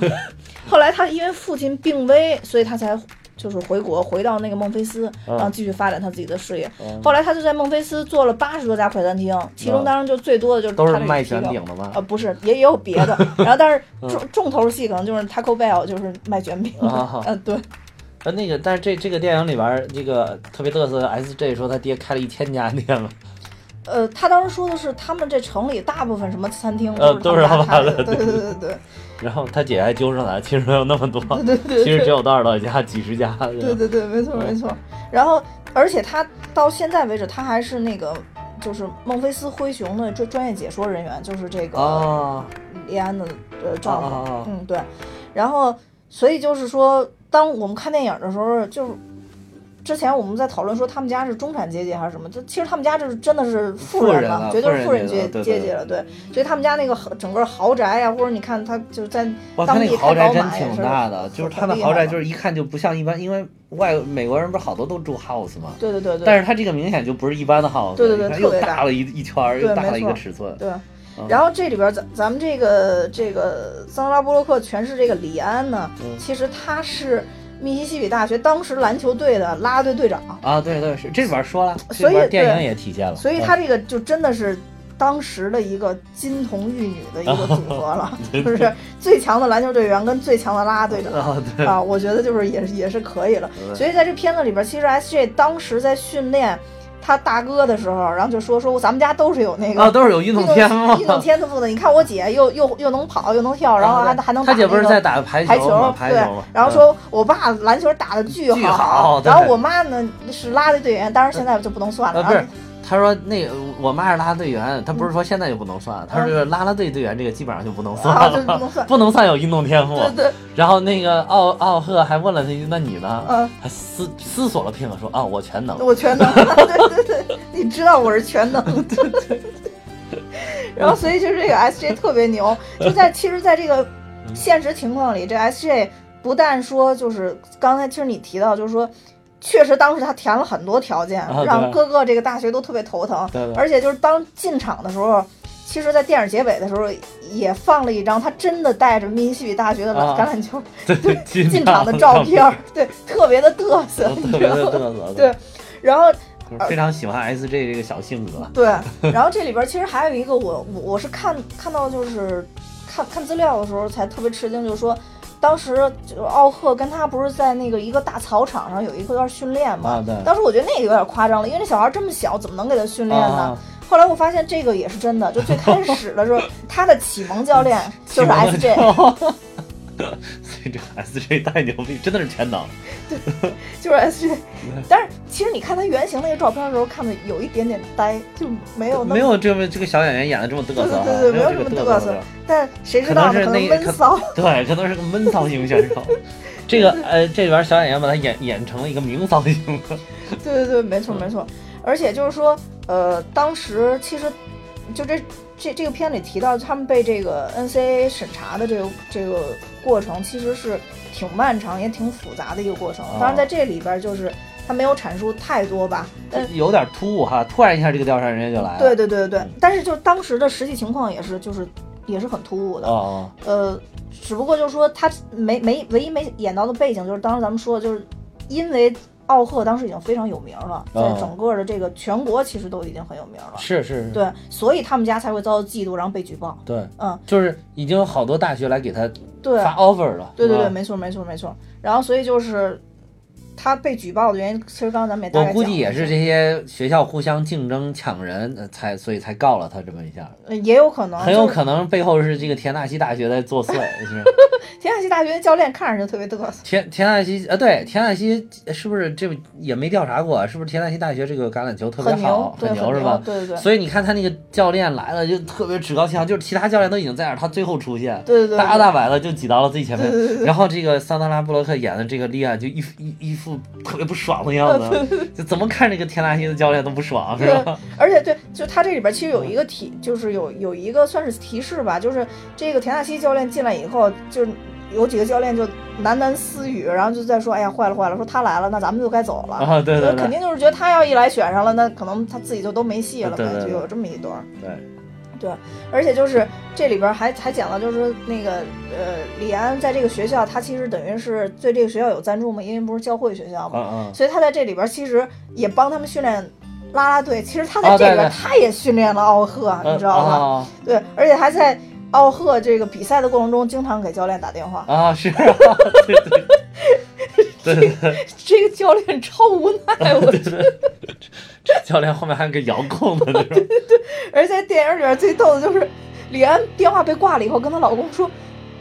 Speaker 1: 后来他因为父亲病危，所以他才就是回国回到那个孟菲斯，
Speaker 2: 嗯
Speaker 1: 然后继续发展他自己的事业。
Speaker 2: 嗯
Speaker 1: 后来他就在孟菲斯做了八十多家快餐厅，其中
Speaker 2: 嗯
Speaker 1: 当然就最多的就是
Speaker 2: 都
Speaker 1: 他
Speaker 2: 是
Speaker 1: 这个
Speaker 2: 卖
Speaker 1: 啤酒
Speaker 2: 卷饼。的吗
Speaker 1: 呃，？不是，也也有别 的，然后但是重重头戏可能就是 Taco Bell，就是卖卷饼 的，
Speaker 2: 啊
Speaker 1: 呃，对，
Speaker 2: 呃，那个，但是这这个电影里边儿，这个特别嘚瑟的 SJ 说他爹开了一千家店了，
Speaker 1: 呃，他当时说的是他们这城里大部分什么餐厅
Speaker 2: 呃
Speaker 1: 都是
Speaker 2: 都是
Speaker 1: 他们
Speaker 2: 他
Speaker 1: 家
Speaker 2: 们
Speaker 1: 开的，对对对对 对。
Speaker 2: 然后他姐还揪上来，其实没有那么多，哦其实只有到二道家几十家，对
Speaker 1: 对
Speaker 2: 吧
Speaker 1: 对对，没错
Speaker 2: 嗯
Speaker 1: 没错。然后，而且他到现在为止，他还是那个就是孟菲斯灰熊的专专业解说人员，就是这个
Speaker 2: 哦，
Speaker 1: 李安的呃丈夫。
Speaker 2: 啊啊啊
Speaker 1: 嗯，对。然后，所以就是说，当我们看电影的时候，就是。之前我们在讨论说他们家是中产阶级还是什么，就其实他们家这是真的是富人
Speaker 2: 富人
Speaker 1: 了，
Speaker 2: 了
Speaker 1: 绝对是
Speaker 2: 富
Speaker 1: 富
Speaker 2: 人
Speaker 1: 人
Speaker 2: 阶
Speaker 1: 阶
Speaker 2: 级了对
Speaker 1: 阶
Speaker 2: 对
Speaker 1: 级了，对，所以他们家那个豪整个豪宅啊呀、或者你看他就是在
Speaker 2: 哇，他
Speaker 1: 当
Speaker 2: 那个
Speaker 1: 地
Speaker 2: 豪
Speaker 1: 开
Speaker 2: 宅
Speaker 1: 宝
Speaker 2: 真
Speaker 1: 马也
Speaker 2: 挺
Speaker 1: 是
Speaker 2: 大的，就是他的
Speaker 1: 很厉害
Speaker 2: 豪宅
Speaker 1: 的
Speaker 2: 就是一看就不像一般，因为外美国人不是好多都住 house 吗？
Speaker 1: 对对对对，
Speaker 2: 但是他这个明显就不是一般的 house，
Speaker 1: 对对对
Speaker 2: 你看
Speaker 1: 特
Speaker 2: 又
Speaker 1: 别大
Speaker 2: 大了一一圈儿，又
Speaker 1: 对
Speaker 2: 大
Speaker 1: 没
Speaker 2: 了一个
Speaker 1: 错
Speaker 2: 尺寸，
Speaker 1: 对，
Speaker 2: 嗯
Speaker 1: 然后这里边儿咱咱们这个这个桑德拉波洛克诠释这个李安呢，
Speaker 2: 嗯
Speaker 1: 其实他是密西西比大学当时篮球队的啦啦队队长，
Speaker 2: 啊，对对是，这里边儿说了，这
Speaker 1: 所以
Speaker 2: 里边儿电影
Speaker 1: 对
Speaker 2: 也体现了，
Speaker 1: 所以他这个就真的是。当时的一个金童玉女的一 个组合了，
Speaker 2: 哦
Speaker 1: 就是最强的篮球队员跟最强的啦啦队长
Speaker 2: 嗯啊对，
Speaker 1: 啊，我觉得就是也是也是可以了。
Speaker 2: 对
Speaker 1: 所以在这片子里边，其实 S J 当时在训练他大哥的时候，然后就说说咱们家都是有那个
Speaker 2: 啊都是有运动天吗？
Speaker 1: 运动天赋的。你看我姐又又又能跑又能跳，然后还、
Speaker 2: 哦对
Speaker 1: 还能
Speaker 2: 他
Speaker 1: 打
Speaker 2: 姐不
Speaker 1: 那
Speaker 2: 是
Speaker 1: 个
Speaker 2: 在打排
Speaker 1: 排
Speaker 2: 球吗？排
Speaker 1: 对
Speaker 2: 球嘛，，
Speaker 1: 然后
Speaker 2: 嗯
Speaker 1: 说我爸篮球打的巨
Speaker 2: 巨好对
Speaker 1: 然后我妈呢是拉的队员，当然现在就不能算了。
Speaker 2: 啊，
Speaker 1: 然
Speaker 2: 不
Speaker 1: 后
Speaker 2: 是，他说那个我妈是啦啦队员，他不是说现在就不能算，他说就是啦啦队队员这个基本上就不能算
Speaker 1: 嗯啊，就不
Speaker 2: 了，
Speaker 1: 能算。
Speaker 2: 不能算有运动天赋。
Speaker 1: 对对，
Speaker 2: 然后那个奥奥赫还问了他一句：“那你呢
Speaker 1: 嗯，？”
Speaker 2: 他思思索了片刻，说：“啊，我全能。
Speaker 1: 我全能。 对对对，你知道我是全能。对对对。然后所以就是这个 S J 特别牛，就在其实，在这个现实情况里，这 S J 不但说就是刚才其实你提到，就是说。确实，当时他填了很多条件，
Speaker 2: 啊对
Speaker 1: 让各个这个大学都特别头疼。
Speaker 2: 对对
Speaker 1: 而且就是当进场的时候，其实，在电影结尾的时候也放了一张他真的带着密西西比大学的
Speaker 2: 啊
Speaker 1: 橄榄球”
Speaker 2: 对，进
Speaker 1: 进场的照片儿，对，特别的嘚瑟，
Speaker 2: 我
Speaker 1: 你
Speaker 2: 啊
Speaker 1: 知
Speaker 2: 特别
Speaker 1: 道
Speaker 2: 的
Speaker 1: 吗？
Speaker 2: 嘚瑟，
Speaker 1: 对，然后
Speaker 2: 就是非常喜欢 S J 这个小性格。
Speaker 1: 对，然后这里边儿其实还有一个我我我是看看到就是看看资料的时候才特别吃惊，就是说当时就是奥赫跟他不是在那个一个大草场上有一段训练嘛，
Speaker 2: 啊，对，
Speaker 1: 当时我觉得那个有点夸张了，因为那小孩这么小，怎么能给他训练呢？
Speaker 2: 啊
Speaker 1: 后来我发现这个也是真的，就最开始的时候，他的启蒙教练就是
Speaker 2: 启蒙
Speaker 1: S J，
Speaker 2: 所以这 SJ 太牛逼，真的是全能。
Speaker 1: 就是 S J，但是其实你看他原型那个照片的时候，看的有一点点呆，就没有那么
Speaker 2: 没有这么这个小演员演的这么嘚瑟哈，
Speaker 1: 对对对
Speaker 2: 没有这
Speaker 1: 没有
Speaker 2: 个
Speaker 1: 这么
Speaker 2: 嘚
Speaker 1: 嘚瑟但谁知道呢？
Speaker 2: 可
Speaker 1: 可
Speaker 2: 能是那
Speaker 1: 能
Speaker 2: 个
Speaker 1: 闷骚，
Speaker 2: 对，可能是个闷骚型选 手。这个呃，这里边小演员把他演演成了一个明骚型的，
Speaker 1: 对对对，没错没错。而且就是说，呃，当时其实就这这这个片里提到，他们被这个 NCAA 审查的这个这个过程，其实是挺漫长也挺复杂的一个过程
Speaker 2: 哦。
Speaker 1: 当然，在这里边就是他没有阐述太多吧，嗯。
Speaker 2: 有点突兀哈。突然一下，这个调查人员就来了。
Speaker 1: 对对对对对，但是就当时的实际情况也是，就是也是很突兀的。
Speaker 2: 哦，
Speaker 1: 呃，只不过就是说他没没唯一没演到的背景，就是当时咱们说的，就是因为奥赫当时已经非常有名了，在
Speaker 2: 哦
Speaker 1: 整个的这个全国其实都已经很有名了，
Speaker 2: 是是是，
Speaker 1: 对，所以他们家才会遭到嫉妒，然后被举报。
Speaker 2: 对，
Speaker 1: 嗯，
Speaker 2: 就是已经有好多大学来给他
Speaker 1: 对，
Speaker 2: 发啊 offer 了。
Speaker 1: 对对
Speaker 2: 是
Speaker 1: 对，
Speaker 2: 吧
Speaker 1: 没错没错没错。然后所以就是他被举报的原因，其实刚刚咱们也大概
Speaker 2: 我
Speaker 1: 讲
Speaker 2: 估计也
Speaker 1: 了
Speaker 2: 是这些学校互相竞争抢人，呃才所以才告了他这么一下，
Speaker 1: 呃也有可能，
Speaker 2: 很有
Speaker 1: 就是
Speaker 2: 可能背后是这个田纳西大学 在作祟。是
Speaker 1: 田纳西大学的教练看着就特别嘚瑟。
Speaker 2: 田田纳西呃，对，田纳西是不是这个也没调查过啊？是不是田纳西大学这个橄榄球特别
Speaker 1: 很牛
Speaker 2: 好，，
Speaker 1: 对，
Speaker 2: 牛是吧？
Speaker 1: 对对对，
Speaker 2: 所以你看他那个教练来了就特别趾高气扬，就是其他教练都已经在那儿，他最后出现，
Speaker 1: 对对对，
Speaker 2: 大大摆了就挤到了自己前面。然后这个桑德拉布洛克演的这个利亚就一副一一副特别不爽的样 子，就怎么看这个田纳西的教练都不爽，是吧？
Speaker 1: 而且对，就他这里边其实有一个提，就是有有一个算是提示吧，就是这个田纳西教练进来以后，就是有几个教练就喃喃私语，然后就在说，哎呀，坏了坏了，说他来了，那咱们就该走了。
Speaker 2: 啊，对对
Speaker 1: 肯
Speaker 2: 对啊
Speaker 1: 定就是觉得他要一来选上了，那可能他自己就都没戏了
Speaker 2: 对
Speaker 1: 呗，
Speaker 2: 对对
Speaker 1: 就有这么一段儿。
Speaker 2: 对，
Speaker 1: 而且就是这里边还还讲到，就是说那个呃，李安在这个学校，他其实等于是对这个学校有赞助嘛，因为不是教会学校嘛，
Speaker 2: 嗯
Speaker 1: 所以他在这里边其实也帮他们训练啦啦队。其实他在
Speaker 2: 哦
Speaker 1: 这
Speaker 2: 对
Speaker 1: 里边
Speaker 2: 对
Speaker 1: 他也训练了奥赫，
Speaker 2: 嗯，
Speaker 1: 你知道吗？
Speaker 2: 吗？
Speaker 1: 对，而且还在奥赫这个比赛的过程中，经常给教练打电话。
Speaker 2: 啊，是啊，对 对对对对
Speaker 1: 这个教练超无 奈，我
Speaker 2: 对对，这教练后面还有个遥控的那种，
Speaker 1: 而且在电影里边最逗的就是李安电话被挂了以后，跟她老公说。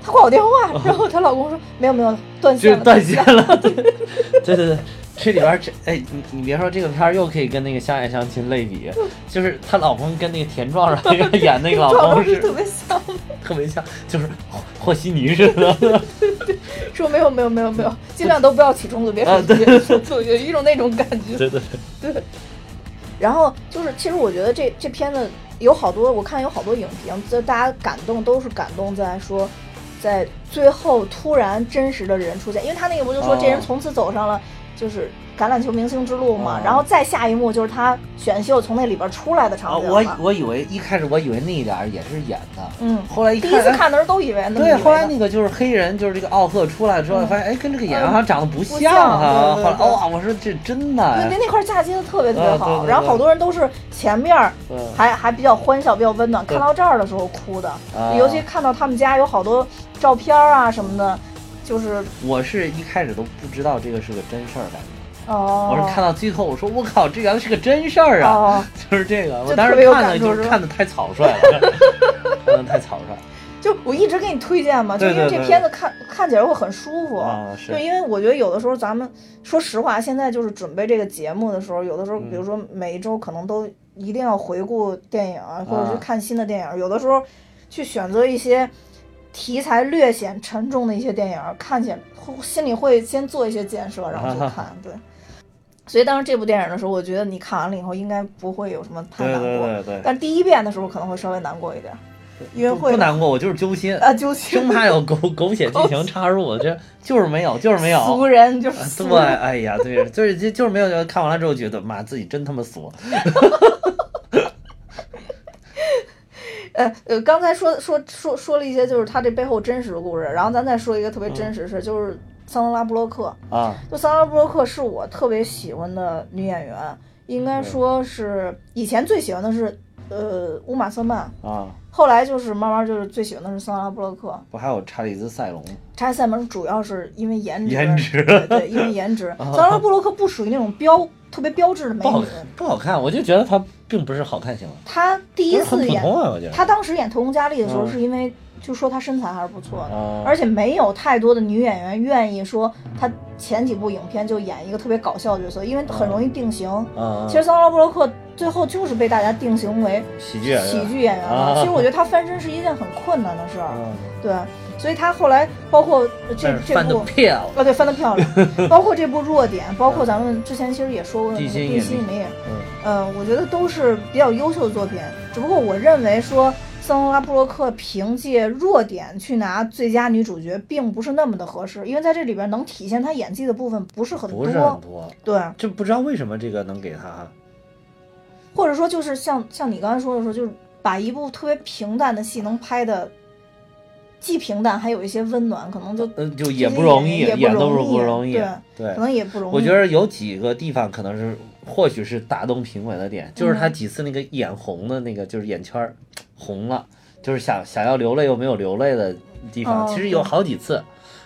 Speaker 1: 她挂我 电话，然后她老公说没有没有断
Speaker 2: 就
Speaker 1: 线
Speaker 2: 是
Speaker 1: 了，
Speaker 2: 断线了，对对对。这里边儿这哎，你你别说这个片儿又可以跟那个《相爱相亲》类比，就是她老公跟那个田壮壮 演那个老
Speaker 1: 状
Speaker 2: 公
Speaker 1: 况
Speaker 2: 哦是
Speaker 1: 是特别像。
Speaker 2: 特别像，就是和和稀泥似 的。
Speaker 1: 说没有没有没有没有，尽量都不要起冲突，别
Speaker 2: 啊
Speaker 1: 生气，就有一种那种感觉。
Speaker 2: 对对
Speaker 1: 然后就是，其实我觉得这这片子有好多，我看有好多影评，就大家感动都是感动在说，在最后突然真实的人出现，因为他那个不就说
Speaker 2: 哦
Speaker 1: 这人从此走上了就是橄榄球明星之路嘛，
Speaker 2: 哦
Speaker 1: 然后再下一幕就是他选秀从那里边出来的
Speaker 2: 啊，
Speaker 1: 场景
Speaker 2: 我
Speaker 1: 嘛。
Speaker 2: 我以为一开始我以为那一点儿也是演的，
Speaker 1: 嗯，
Speaker 2: 后来一
Speaker 1: 第
Speaker 2: 看，
Speaker 1: 一次
Speaker 2: 哎
Speaker 1: 看的时候都以为那么以
Speaker 2: 对，
Speaker 1: 为
Speaker 2: 后来
Speaker 1: 的
Speaker 2: 那个就是黑人，就是这个奥赫出来之后，
Speaker 1: 嗯
Speaker 2: 发现哎，跟这个演员好像长得不
Speaker 1: 不
Speaker 2: 像
Speaker 1: 像
Speaker 2: 哈。后
Speaker 1: 对对
Speaker 2: 来
Speaker 1: 对
Speaker 2: 哇，我说这真的
Speaker 1: 对，
Speaker 2: 哎，
Speaker 1: 那那块嫁接的特别特别
Speaker 2: 啊对
Speaker 1: 好，
Speaker 2: 对
Speaker 1: 然后
Speaker 2: 对
Speaker 1: 好多人都是前面儿
Speaker 2: 对
Speaker 1: 还还比较欢笑，比较温暖。
Speaker 2: 对
Speaker 1: 看到这儿的时候哭的，
Speaker 2: 啊
Speaker 1: 尤其看到他们家有好多照片儿啊什么的，就是
Speaker 2: 我是一开始都不知道这个是个真事儿，感觉
Speaker 1: 哦，
Speaker 2: 我是看到最后，我说我靠，这原来是个真事儿啊，
Speaker 1: 哦，
Speaker 2: 就是这个，我
Speaker 1: 就
Speaker 2: 当
Speaker 1: 特
Speaker 2: 时
Speaker 1: 别有
Speaker 2: 看的
Speaker 1: 感触
Speaker 2: 就
Speaker 1: 是
Speaker 2: 是
Speaker 1: 吧
Speaker 2: 看的太草率了， 看的太草率了。
Speaker 1: 就我一直给你推荐嘛，就
Speaker 2: 对
Speaker 1: 因为
Speaker 2: 对
Speaker 1: 这
Speaker 2: 对
Speaker 1: 片子看看起来会很舒服。
Speaker 2: 啊是
Speaker 1: 就因为我觉得有的时候咱们说实话，现在就是准备这个节目的时候，有的时候比
Speaker 2: 嗯
Speaker 1: 如说每一周可能都一定要回顾电影啊，或者是看新的电影，有的时候去选择一些题材略显沉重的一些电影，看起来会心里会先做一些建设，然后
Speaker 2: 啊
Speaker 1: 去看。对，所以当时这部电影的时候，我觉得你看完了以后应该不会有什么 太
Speaker 2: 对
Speaker 1: 难过，
Speaker 2: 对对对，
Speaker 1: 但第一遍的时候可能会稍微难过一点，因为
Speaker 2: 不
Speaker 1: 会
Speaker 2: 不难过，我就是揪心。
Speaker 1: 啊揪心
Speaker 2: 生。怕有 狗狗血剧情插入，这就是没有，就是没有。
Speaker 1: 俗人就是
Speaker 2: 啊
Speaker 1: 俗
Speaker 2: 对，
Speaker 1: 人，
Speaker 2: 哎呀，对，就是就就是没有觉得看完了之后觉得，妈，自己真他妈俗。
Speaker 1: 呃呃，刚才说说说说了一些就是他这背后真实的故事，然后咱再说一个特别
Speaker 2: 嗯
Speaker 1: 真实的事，就是桑德拉布洛克。
Speaker 2: 啊，
Speaker 1: 就桑德拉布洛克是我特别喜欢的女演员，应该
Speaker 2: 嗯
Speaker 1: 说是以前最喜欢的是呃乌玛瑟曼，
Speaker 2: 啊，
Speaker 1: 后来就是慢慢就是最喜欢的是桑德拉布洛克。
Speaker 2: 不还有查理兹塞隆
Speaker 1: 查理塞蒙主要是因为颜值，
Speaker 2: 颜值啊
Speaker 1: 对对，因为颜 值。桑德拉布洛克不属于那种标特别标志的美
Speaker 2: 不好
Speaker 1: 女，
Speaker 2: 不好看，我就觉得他并不是好看型的，
Speaker 1: 她第一
Speaker 2: 就是很
Speaker 1: 次
Speaker 2: 普
Speaker 1: 演
Speaker 2: 通啊，我觉得。
Speaker 1: 他当时演《特工佳丽》的时候，
Speaker 2: 嗯
Speaker 1: 是因为就说她身材还是不错的，
Speaker 2: 啊，
Speaker 1: 而且没有太多的女演员愿意说她前几部影片就演一个特别搞笑的角色，因为很容易定型。
Speaker 2: 嗯，
Speaker 1: 其实桑德拉布洛克最后就是被大家定型为
Speaker 2: 喜剧演员
Speaker 1: 喜剧演员了。
Speaker 2: 啊
Speaker 1: 其实我觉得她翻身是一件很困难的事儿，
Speaker 2: 嗯
Speaker 1: 对，所以她后来包括呃这
Speaker 2: 但是
Speaker 1: 这
Speaker 2: 翻的
Speaker 1: 部。
Speaker 2: 漂亮，
Speaker 1: 啊，对，翻得漂亮，包括这部弱点，包括咱们之前其实也说过的那个
Speaker 2: 地心
Speaker 1: 地
Speaker 2: 引
Speaker 1: 心
Speaker 2: 力
Speaker 1: 引力，
Speaker 2: 嗯
Speaker 1: 呃，我觉得都是比较优秀的作品。只不过我认为说桑德拉布洛克凭借弱点去拿最佳女主角，并不是那么的合适，因为在这里边能体现她演技的部分不是很
Speaker 2: 不
Speaker 1: 多。
Speaker 2: 是很多，
Speaker 1: 对，
Speaker 2: 就不知道为什么这个能给他
Speaker 1: 或者说就是像像你刚才说的说，就是把一部特别平淡的戏能拍的。既平淡，还有一些温暖，可能就
Speaker 2: 嗯，就也不容易，
Speaker 1: 也不
Speaker 2: 演都
Speaker 1: 容易
Speaker 2: 不容易。
Speaker 1: 对
Speaker 2: 对
Speaker 1: 可，能也不容易。
Speaker 2: 我觉得有几个地方可能是，或许是打动评委的点，就是
Speaker 1: 嗯
Speaker 2: 他几次那个眼红的那个，就是眼圈儿红了，就是想想要流泪又没有流泪的地方，
Speaker 1: 哦
Speaker 2: 其实有
Speaker 1: 对
Speaker 2: 好几次。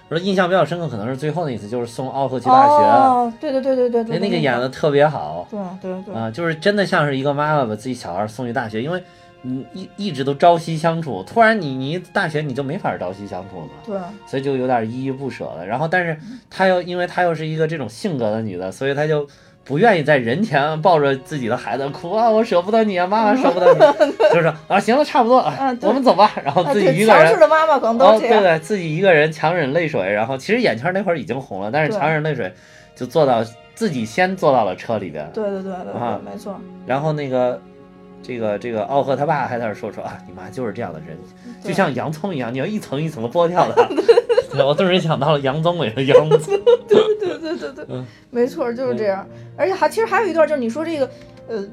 Speaker 2: 我说印象比较深刻，可能是最后那一次，就是送奥克去大学，
Speaker 1: 哦，对对对对对
Speaker 2: 那
Speaker 1: 对，嗯
Speaker 2: 那个演的特别好
Speaker 1: 对对对，
Speaker 2: 啊，就是真的像是一个妈妈把自己小孩送去大学，因为你一一直都朝夕相处，突然你你一大学你就没法朝夕相处了。
Speaker 1: 对，
Speaker 2: 所以就有点依依不舍的。然后，但是她又因为她又是一个这种性格的女的，所以她就不愿意在人前抱着自己的孩子哭啊，我舍不得你啊，妈妈舍不得 你，就是说啊，行了，差不多，啊
Speaker 1: 嗯啊对
Speaker 2: 我们走吧。然后
Speaker 1: 啊
Speaker 2: 自己
Speaker 1: 对，
Speaker 2: 一个
Speaker 1: 强势
Speaker 2: 人。
Speaker 1: 的妈妈可能都
Speaker 2: 哦，
Speaker 1: 是这
Speaker 2: 对
Speaker 1: 样。
Speaker 2: 对，自己一个人强忍泪水，然后其实眼圈那会儿已经红了，但是
Speaker 1: 对
Speaker 2: 强忍泪水就坐到自己先坐到了车里边，
Speaker 1: 对对对对
Speaker 2: 啊
Speaker 1: 对，没错。
Speaker 2: 然后那个这个这个奥赫他爸还在那儿说说啊，你妈就是这样的人，
Speaker 1: 对
Speaker 2: 就像洋葱一样，你要一层一层的剥掉它。对， 我顿时想到了杨宗纬的杨 葱。
Speaker 1: 对对对对
Speaker 2: 嗯，
Speaker 1: 没错，就是这样。而且还其实还有一段，就是你说这个，呃，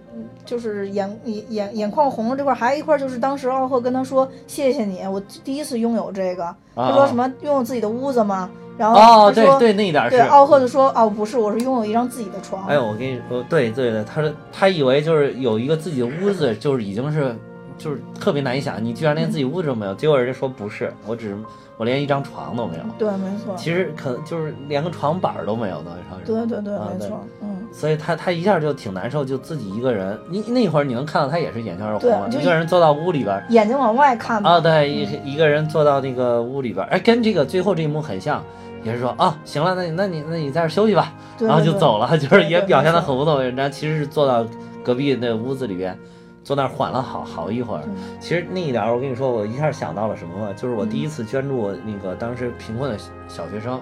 Speaker 1: 就是眼眼眼眼眶红了这块儿，还有一块儿就是当时奥赫跟他说：“谢谢你，我第一次拥有这个。”他说什么拥有自己的屋子吗？然
Speaker 2: 啊哦
Speaker 1: 后，他
Speaker 2: 对
Speaker 1: 说
Speaker 2: 对，那一点是
Speaker 1: 对，。奥赫就说：“哦，不是，我是拥有一张自己的床。”
Speaker 2: 哎呦，我跟你说，对对对，他说他以为就是有一个自己的屋子，就是已经是就是特别难以想，你居然连自己屋子都没有。结果人家说不是，我只是我连一张床都没有，
Speaker 1: 对，没错，
Speaker 2: 其实可就是连个床板儿都没有呢，当时。
Speaker 1: 对对对，
Speaker 2: 啊
Speaker 1: 没
Speaker 2: 啊对
Speaker 1: 错，嗯，
Speaker 2: 所以他他一下就挺难受，就自己一个人。你那会儿你能看到他也是眼圈儿红
Speaker 1: 对啊
Speaker 2: 了，
Speaker 1: 就
Speaker 2: 一个人坐到屋里边儿，
Speaker 1: 眼睛往外看
Speaker 2: 啊，
Speaker 1: 吧。
Speaker 2: 对，一一个人坐到那个屋里边儿，哎，跟这个最后这一幕很像，也是说啊，行了，那你那你那你在这儿休息吧，
Speaker 1: 对
Speaker 2: 啊然后就。
Speaker 1: 对对
Speaker 2: 走了， 就是也
Speaker 1: 对
Speaker 2: 表现的
Speaker 1: 没
Speaker 2: 很无所谓，人家其实是坐到隔壁那屋子里边，坐那儿缓了好好一会儿。
Speaker 1: 嗯
Speaker 2: 其实那一点儿，我跟你说，我一下想到了什么吗？就是我第一次捐助那个当时贫困的小学生，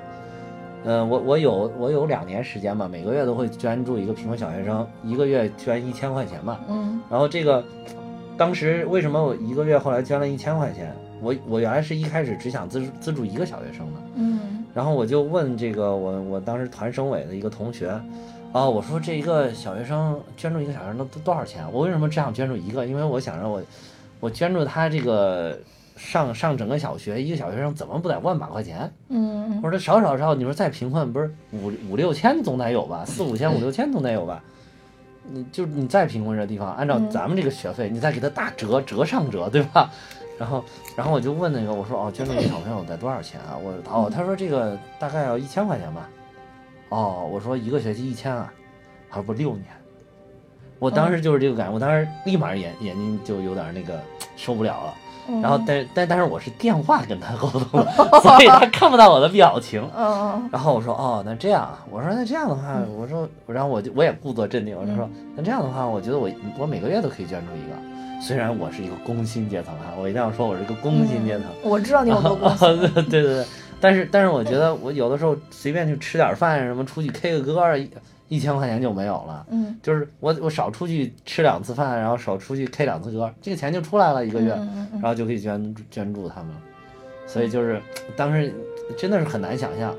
Speaker 2: 嗯、我我有我有两年时间吧，每个月都会捐助一个贫困小学生，一个月捐一千块钱吧。
Speaker 1: 嗯
Speaker 2: 然后这个当时为什么我一个月后来捐了一千块钱？我我原来是一开始只想资助资助一个小学生的，
Speaker 1: 嗯
Speaker 2: 然后我就问这个我我当时团省委的一个同学，啊，我说这一个小学生捐助一个小学生都都多少钱？啊我为什么只想捐助一个？因为我想让我我捐助他这个上上整个小学，一个小学生怎么不得万把块钱？
Speaker 1: 嗯
Speaker 2: 我说少少少，你说再贫困，不是五五六千总得有吧？四五千、五六千总得有吧？你就是你再贫困这地方，按照
Speaker 1: 嗯
Speaker 2: 咱们这个学费，你再给他打折，折上折，对吧？然后，然后我就问那个，我说哦，捐助给小朋友得多少钱啊？我
Speaker 1: 嗯
Speaker 2: 哦，他说这个大概要一千块钱吧。哦，我说一个学期一千啊，他说不六年。我当
Speaker 1: 嗯
Speaker 2: 时就是这个感觉，我当时立马眼眼睛就有点那个受不了了。
Speaker 1: 嗯，
Speaker 2: 然后但但但是我是电话跟他沟通的，所以 他看不到我的表情。
Speaker 1: 嗯
Speaker 2: 然后我说哦，那这样啊，我说那这样的话，我说，然后我就我也故作镇定，我就说
Speaker 1: 嗯
Speaker 2: 那这样的话，我觉得我我每个月都可以捐助一个，虽然我是一个工薪阶层啊，我一定要说我是个工薪 阶层，
Speaker 1: 嗯，我知道你有多过
Speaker 2: 对 对对对，但是但是我觉得我有的时候随便去吃点饭什么，出去 K 个歌儿，一一千块钱就没有了。
Speaker 1: 嗯，
Speaker 2: 就是我我少出去吃两次饭，然后少出去 K 两次歌，这个钱就出来了一
Speaker 1: 一
Speaker 2: 个月，
Speaker 1: 嗯嗯
Speaker 2: 然后就可以捐捐助他们了。所以就是当时真的是很难想象，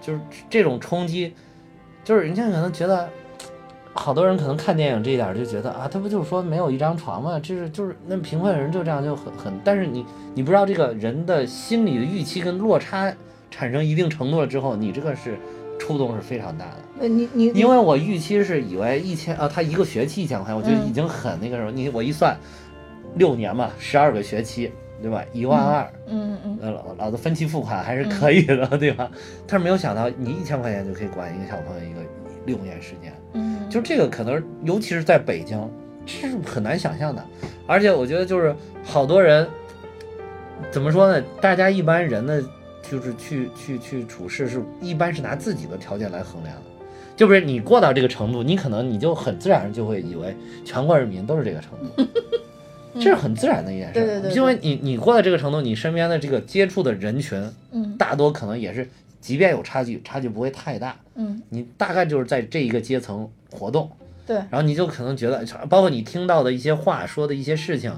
Speaker 2: 就是这种冲击，就是人家可能觉得，好多人可能看电影这一点儿就觉得啊，他不就是说没有一张床吗？就是就是那贫困人就这样就很很，但是你你不知道这个人的心理的预期跟落差产生一定程度了之后，你这个是触动是非常大的。
Speaker 1: 呃你你
Speaker 2: 因为我预期是以为一千啊，他一个学期一千块，我觉得已经很那个什么。你我一算，六年嘛，十二个学期，对吧？一万二，
Speaker 1: 嗯嗯
Speaker 2: 呃，老老子分期付款还是可以的，对吧？但是没有想到，你一千块钱就可以管一个小朋友一个六年时间，
Speaker 1: 嗯，
Speaker 2: 就这个可能，尤其是在北京，这是很难想象的。而且我觉得就是好多人怎么说呢？大家一般人呢，就是去去去处事是一般是拿自己的条件来衡量的，就不是你过到这个程度，你可能你就很自然就会以为全国人民都是这个程 度，这是很自然的一件事
Speaker 1: 对
Speaker 2: 儿。
Speaker 1: 对对对
Speaker 2: 因为你你过到这个程度，你身边的这个接触的人群，
Speaker 1: 嗯
Speaker 2: 大多可能也是，即便有差距，差距不会太大，
Speaker 1: 嗯，
Speaker 2: 你大概就是在这一个阶层活动，
Speaker 1: 对嗯
Speaker 2: 然后你就可能觉得，包括你听到的一些话、说的一些事情，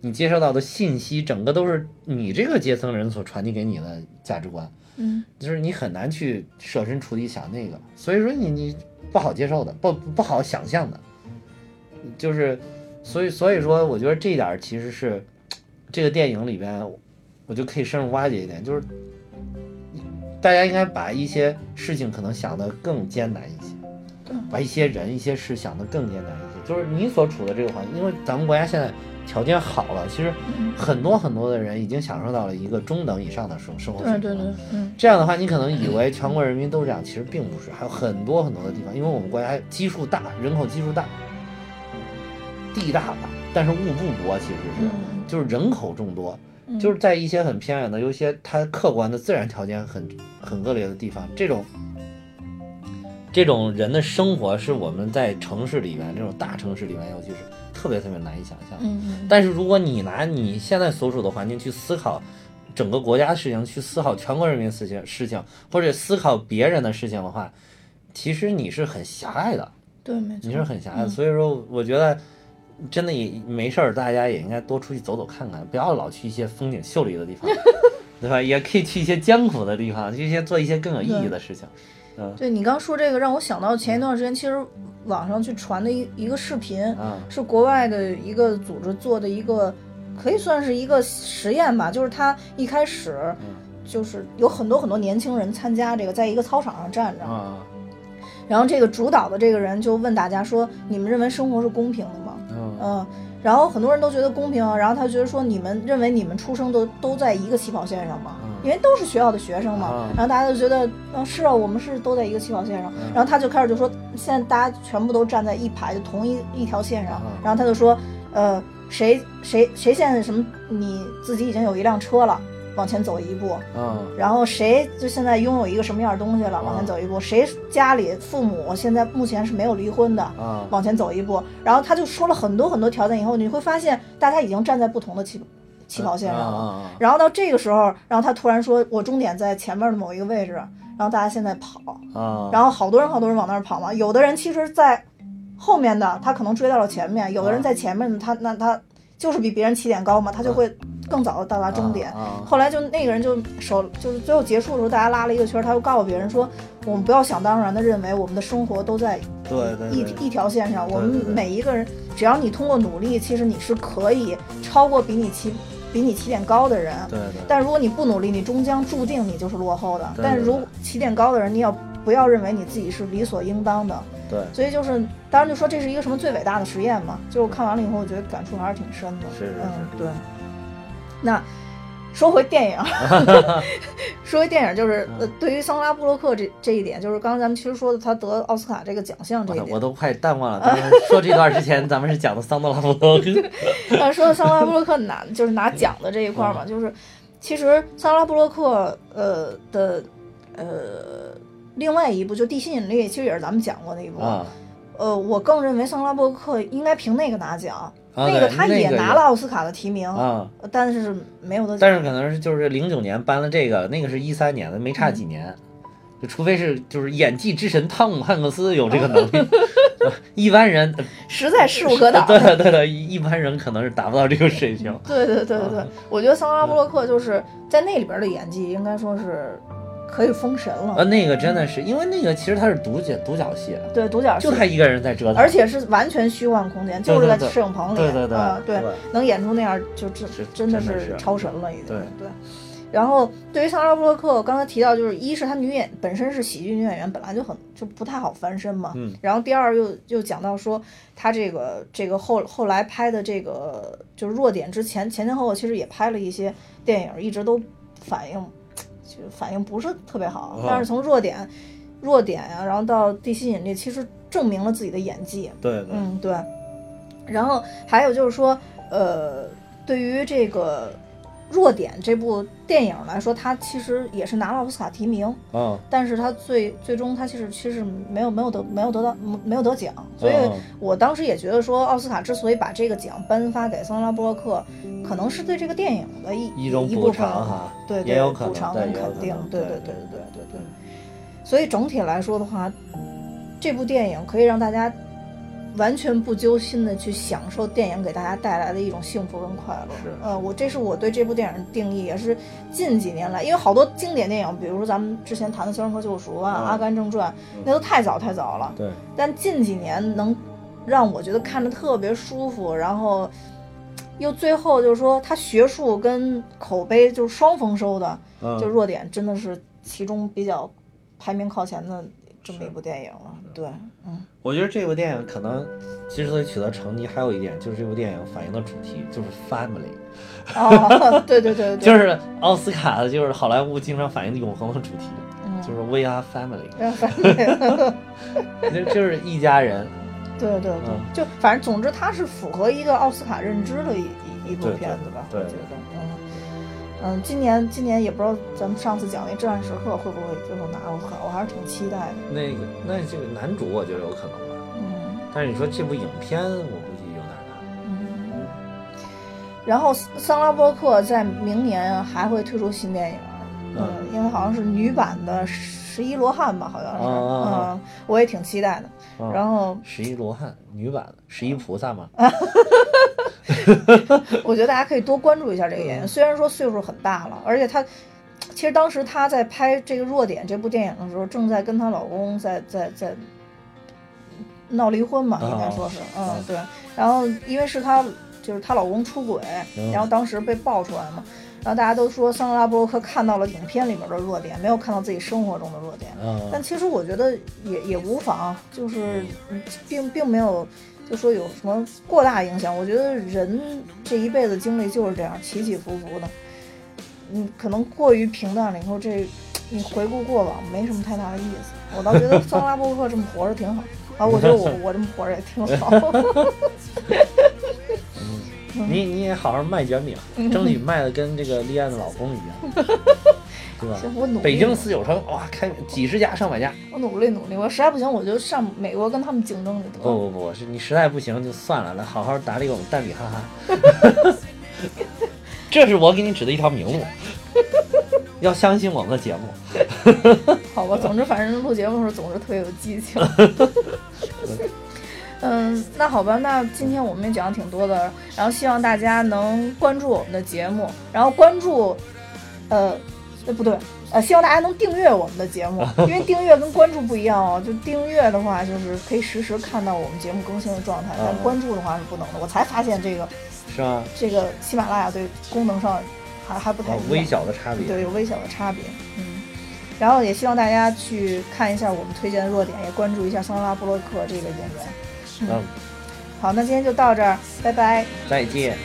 Speaker 2: 你接受到的信息，整个都是你这个阶层人所传递给你的价值观，
Speaker 1: 嗯，
Speaker 2: 就是你很难去设身处地想那个，所以说你你不好接受的，不不好想象的，就是，所以所以说，我觉得这一点儿其实是这个电影里边，我就可以深入挖掘一点，就是大家应该把一些事情可能想得更艰难一些。把一些人、一些事想得更艰难一些。就是你所处的这个环境，因为咱们国家现在条件好了，其实
Speaker 1: 嗯
Speaker 2: 很多很多的人已经享受到了一个中等以上的生生活水
Speaker 1: 对
Speaker 2: 平。
Speaker 1: 对对，嗯
Speaker 2: 这样的话，你可能以为全国人民都这样，其实并不是，还有很多很多的地方，因为我们国家基数大，人口基数大，地大吧，但是物不多，其实是，
Speaker 1: 嗯
Speaker 2: 就是人口众多，
Speaker 1: 嗯，
Speaker 2: 就是在一些很偏远的，有一些它客观的自然条件很很恶劣的地方，这种这种人的生活是我们在城市里面，这种大城市里面，尤其是特别特别难以想象。
Speaker 1: 嗯嗯
Speaker 2: 但是如果你拿你现在所处的环境去思考整个国家的事情，去思考全国人民的事情事情，或者思考别人的事情的话，其实你是很狭隘的。
Speaker 1: 对，没错，
Speaker 2: 你是很狭
Speaker 1: 嗯
Speaker 2: 隘的，所以说我觉得真的也没事儿，大家也应该多出去走走看看，不要老去一些风景秀丽的地 方，对吧？也可以去一些艰苦的地方，去一些做一些更有意义的事情。嗯
Speaker 1: 对你刚说这个，让我想到前一段时间，其实网上去传的一一个视频，
Speaker 2: 啊
Speaker 1: 是国外的一个组织做的一个，可以算是一个实验吧。就是他一开始
Speaker 2: 嗯，
Speaker 1: 就是有很多很多年轻人参加这个，在一个操场上站着，
Speaker 2: 啊
Speaker 1: 然后这个主导的这个人就问大家说：“你们认为生活是公平的吗？”
Speaker 2: 嗯
Speaker 1: 嗯，然后很多人都觉得公平啊，然后他觉得说你们认为你们出生都都在一个起跑线上吗？
Speaker 2: 嗯
Speaker 1: 因为都是学校的学生嘛，
Speaker 2: 啊
Speaker 1: 然后大家就觉得，啊是啊，我们是都在一个起跑线上，
Speaker 2: 嗯
Speaker 1: 然后他就开始就说，现在大家全部都站在一排，就同一一条线上，
Speaker 2: 嗯
Speaker 1: 然后他就说，呃，谁谁谁现在什么，你自己已经有一辆车了，往前走一步，
Speaker 2: 嗯
Speaker 1: 然后谁就现在拥有一个什么样的东西了，往前走一步，谁家里父母现在目前是没有离婚的，
Speaker 2: 啊
Speaker 1: 往前走一步，然后他就说了很多很多条件以后，你会发现大家已经站在不同的起起跑线上了。
Speaker 2: 啊
Speaker 1: 然后到这个时候，然后他突然说：“我终点在前面的某一个位置。”然后大家现在跑，
Speaker 2: 啊啊！
Speaker 1: 然后好多人好多人往那儿跑嘛。有的人其实，在后面的他可能追到了前面，有的
Speaker 2: 啊
Speaker 1: 人在前面的他那他就是比别人起点高嘛，他就会更早的到达终点。
Speaker 2: 啊
Speaker 1: 后来就那个人就手就是最后结束的时候，大家拉了一个圈儿，他就告诉别人说：“我们不要想当然的认为我们的生活都在
Speaker 2: 嗯对对
Speaker 1: 一
Speaker 2: 对
Speaker 1: 一条线上，我
Speaker 2: 对
Speaker 1: 们
Speaker 2: 对对
Speaker 1: 每一个人，只要你通过努力，其实你是可以超过比你起比你起点高的人。
Speaker 2: 对对，
Speaker 1: 但如果你不努力，你终将注定你就是落后的。
Speaker 2: 对
Speaker 1: 但
Speaker 2: 对
Speaker 1: 如
Speaker 2: 对
Speaker 1: 起点高的人，你要不要认为你自己是理所应当的？
Speaker 2: 对
Speaker 1: 所以就是，当然就说这是一个什么最伟大的实验嘛。就是我看完了以后，我觉得感触还是挺深的。
Speaker 2: 是是
Speaker 1: 嗯，
Speaker 2: 是
Speaker 1: 对。那说回电影， 说回电影就是，
Speaker 2: 嗯
Speaker 1: 呃，对于桑拉布洛克这这一点，就是刚才咱们其实说的，他得奥斯卡这个奖项这
Speaker 2: 我
Speaker 1: 一
Speaker 2: 都
Speaker 1: 点
Speaker 2: 我，都快淡忘了。咱们说这段之前，咱们是讲的桑德拉布洛克
Speaker 1: 但呃说到桑拉布洛克拿就是拿奖的这一块儿
Speaker 2: 嗯
Speaker 1: 嘛，就是其实桑拉布洛克呃的呃另外一部就《地心引力》，其实也是咱们讲过的一部。
Speaker 2: 啊，
Speaker 1: 呃，我更认为桑拉布洛克应该凭那个拿奖，
Speaker 2: 啊
Speaker 1: 那
Speaker 2: 对
Speaker 1: 他也拿了奥斯卡的提名，
Speaker 2: 啊。
Speaker 1: 呃但是没有得奖。
Speaker 2: 但是可能是就是零九年颁了这个，那个是一三年的，没差几年。
Speaker 1: 嗯
Speaker 2: 就除非是就是演技之神汤姆汉克斯有这个能 力，一般人。
Speaker 1: 实在势不可挡嗯
Speaker 2: 对对对，一般人可能是达不到这个水平。
Speaker 1: 对对对 对对，我觉得桑拉布洛克就是在那里边的演技，应该说是可以封神了。
Speaker 2: 呃，那个真的是因为那个其实他是独角独角戏，
Speaker 1: 对，独角戏
Speaker 2: 就他一个人在折腾，
Speaker 1: 而且是完全虚幻空间，就是
Speaker 2: 对
Speaker 1: 在
Speaker 2: 对
Speaker 1: 摄影棚里，
Speaker 2: 对对对
Speaker 1: 啊对
Speaker 2: 对，
Speaker 1: 能演出那样，就真
Speaker 2: 是
Speaker 1: 真的
Speaker 2: 真的
Speaker 1: 是
Speaker 2: 是
Speaker 1: 超神了，已经
Speaker 2: 对
Speaker 1: 对。然后对于桑拉布洛克，我刚才提到，就是一是她女演本身是喜剧女演员，本来就很就不太好翻身嘛。
Speaker 2: 嗯
Speaker 1: 然后第二又又讲到说她这个这个后后来拍的这个就是弱点之前前前后后其实也拍了一些电影，一直都反应就反应不是特别好
Speaker 2: 啊。
Speaker 1: 但是从弱点弱点呀、然后到地心引力，其实证明了自己的演技。
Speaker 2: 对对
Speaker 1: 嗯，对。然后还有就是说，呃，对于这个弱点这部电影来说，它其实也是拿了奥斯卡提名，
Speaker 2: 嗯，
Speaker 1: 但是它最最终它其实其实没有没有得没有得到没有得奖，所以
Speaker 2: 嗯嗯
Speaker 1: 我当时也觉得说奥斯卡之所以把这个奖颁发给桑德拉布洛克，可能是对这个电影的一
Speaker 2: 一种
Speaker 1: 一
Speaker 2: 补
Speaker 1: 部分
Speaker 2: 偿哈，
Speaker 1: 对对
Speaker 2: 也有可
Speaker 1: 补
Speaker 2: 能，
Speaker 1: 偿
Speaker 2: 对，
Speaker 1: 跟
Speaker 2: 也有
Speaker 1: 肯
Speaker 2: 可
Speaker 1: 定
Speaker 2: 能，
Speaker 1: 对
Speaker 2: 对
Speaker 1: 对对对对对。所以整体来说的话，这部电影可以让大家完全不揪心的去享受电影给大家带来的一种幸福跟快乐。
Speaker 2: 是
Speaker 1: 呃，我这是我对这部电影的定义，也是近几年来，因为好多经典电影，比如说咱们之前谈的《肖申克救赎》啊，
Speaker 2: 嗯
Speaker 1: 阿甘正传》，
Speaker 2: 嗯
Speaker 1: 那都太早太早了。
Speaker 2: 对，
Speaker 1: 但近几年能让我觉得看着特别舒服，然后又最后就是说，它学术跟口碑就是双丰收的，
Speaker 2: 嗯，
Speaker 1: 就弱点真的是其中比较排名靠前的这么一部电影了。对， 嗯，
Speaker 2: 我觉得这部电影可能之所以取得成绩，还有一点就是这部电影反映的主题就是 family，
Speaker 1: 哦，对对对对，
Speaker 2: 就是是奥斯卡的就是好莱坞经常反映的永恒的主题，
Speaker 1: 嗯
Speaker 2: 就是 we are family，就就是一家人。
Speaker 1: 对对对，
Speaker 2: 嗯
Speaker 1: 就反正总之它是符合一个奥斯卡认知的一一一部
Speaker 2: 对对
Speaker 1: 片子吧，
Speaker 2: 对
Speaker 1: 我觉得，嗯。嗯，今年今年也不知道咱们上次讲那《至暗时刻》会不会最后拿奥斯卡，我还是挺期待的。
Speaker 2: 那个那这个男主我觉得有可能吧，
Speaker 1: 嗯
Speaker 2: 但是你说这部影片我估计有点难。
Speaker 1: 嗯。然后桑拉波克在明年还会推出新电影，
Speaker 2: 嗯
Speaker 1: 嗯，因为好像是女版的《十一罗汉》吧，好像是，
Speaker 2: 啊啊啊
Speaker 1: 嗯，我也挺期待的。
Speaker 2: 嗯、
Speaker 1: 然后
Speaker 2: 十一罗汉女版的十一菩萨嘛，
Speaker 1: 嗯我觉得大家可以多关注一下这个演员，
Speaker 2: 嗯
Speaker 1: 虽然说岁数很大了，而且她其实当时她在拍这个《弱点》这部电影的时候，正在跟她老公在在在闹离婚嘛，
Speaker 2: 啊
Speaker 1: 应该说是，
Speaker 2: 啊
Speaker 1: 嗯，对。然后因为是她就是她老公出轨，
Speaker 2: 嗯
Speaker 1: 然后当时被爆出来嘛，然后大家都说桑德拉布洛克看到了影片里面的弱点，没有看到自己生活中的弱点。
Speaker 2: 嗯，
Speaker 1: 但其实我觉得也也无妨，就是嗯并并没有就说有什么过大影响。我觉得人这一辈子经历就是这样起起伏伏的，嗯，可能过于平淡了以后，这你回顾过往没什么太大的意思。我倒觉得桑拉布克这么活着挺好啊，我觉得我我这么活着也挺 好。
Speaker 2: 你你也好好卖卷饼，
Speaker 1: 嗯
Speaker 2: 争取卖的跟这个丽安的老公一样， 对吧？
Speaker 1: 行，我努力，
Speaker 2: 北京四九城哇，开几十家上百家。
Speaker 1: 我努力努力，我实在不行我就上美国跟他们竞争去得
Speaker 2: 不
Speaker 1: 了。
Speaker 2: 不不，是你实在不行就算了，来好好打理我们蛋比哈哈。 这是我给你指的一条明 路，要相信我们的节目。
Speaker 1: 好 吧，总之反正录节目的时候总是特别有激情。嗯，那好吧，那今天我们也讲的挺多的，然后希望大家能关注我们的节目，然后关注，呃，呃不对，呃，希望大家能订阅我们的节 目，因为订阅跟关注不一样哦，就订阅的话就是可以实时看到我们节目更新的状态，但
Speaker 2: 嗯
Speaker 1: 关注的话是不能的。我才发现这个
Speaker 2: 是吗？
Speaker 1: 这个喜马拉雅对功能上还还不太
Speaker 2: 啊
Speaker 1: 一样，
Speaker 2: 微小的差别。
Speaker 1: 对，有微小的差别。嗯，然后也希望大家去看一下我们推荐的弱点，也关注一下桑德拉布洛克这个演员。
Speaker 2: 嗯，
Speaker 1: 好，那今天就到这儿，拜拜。
Speaker 2: 再见。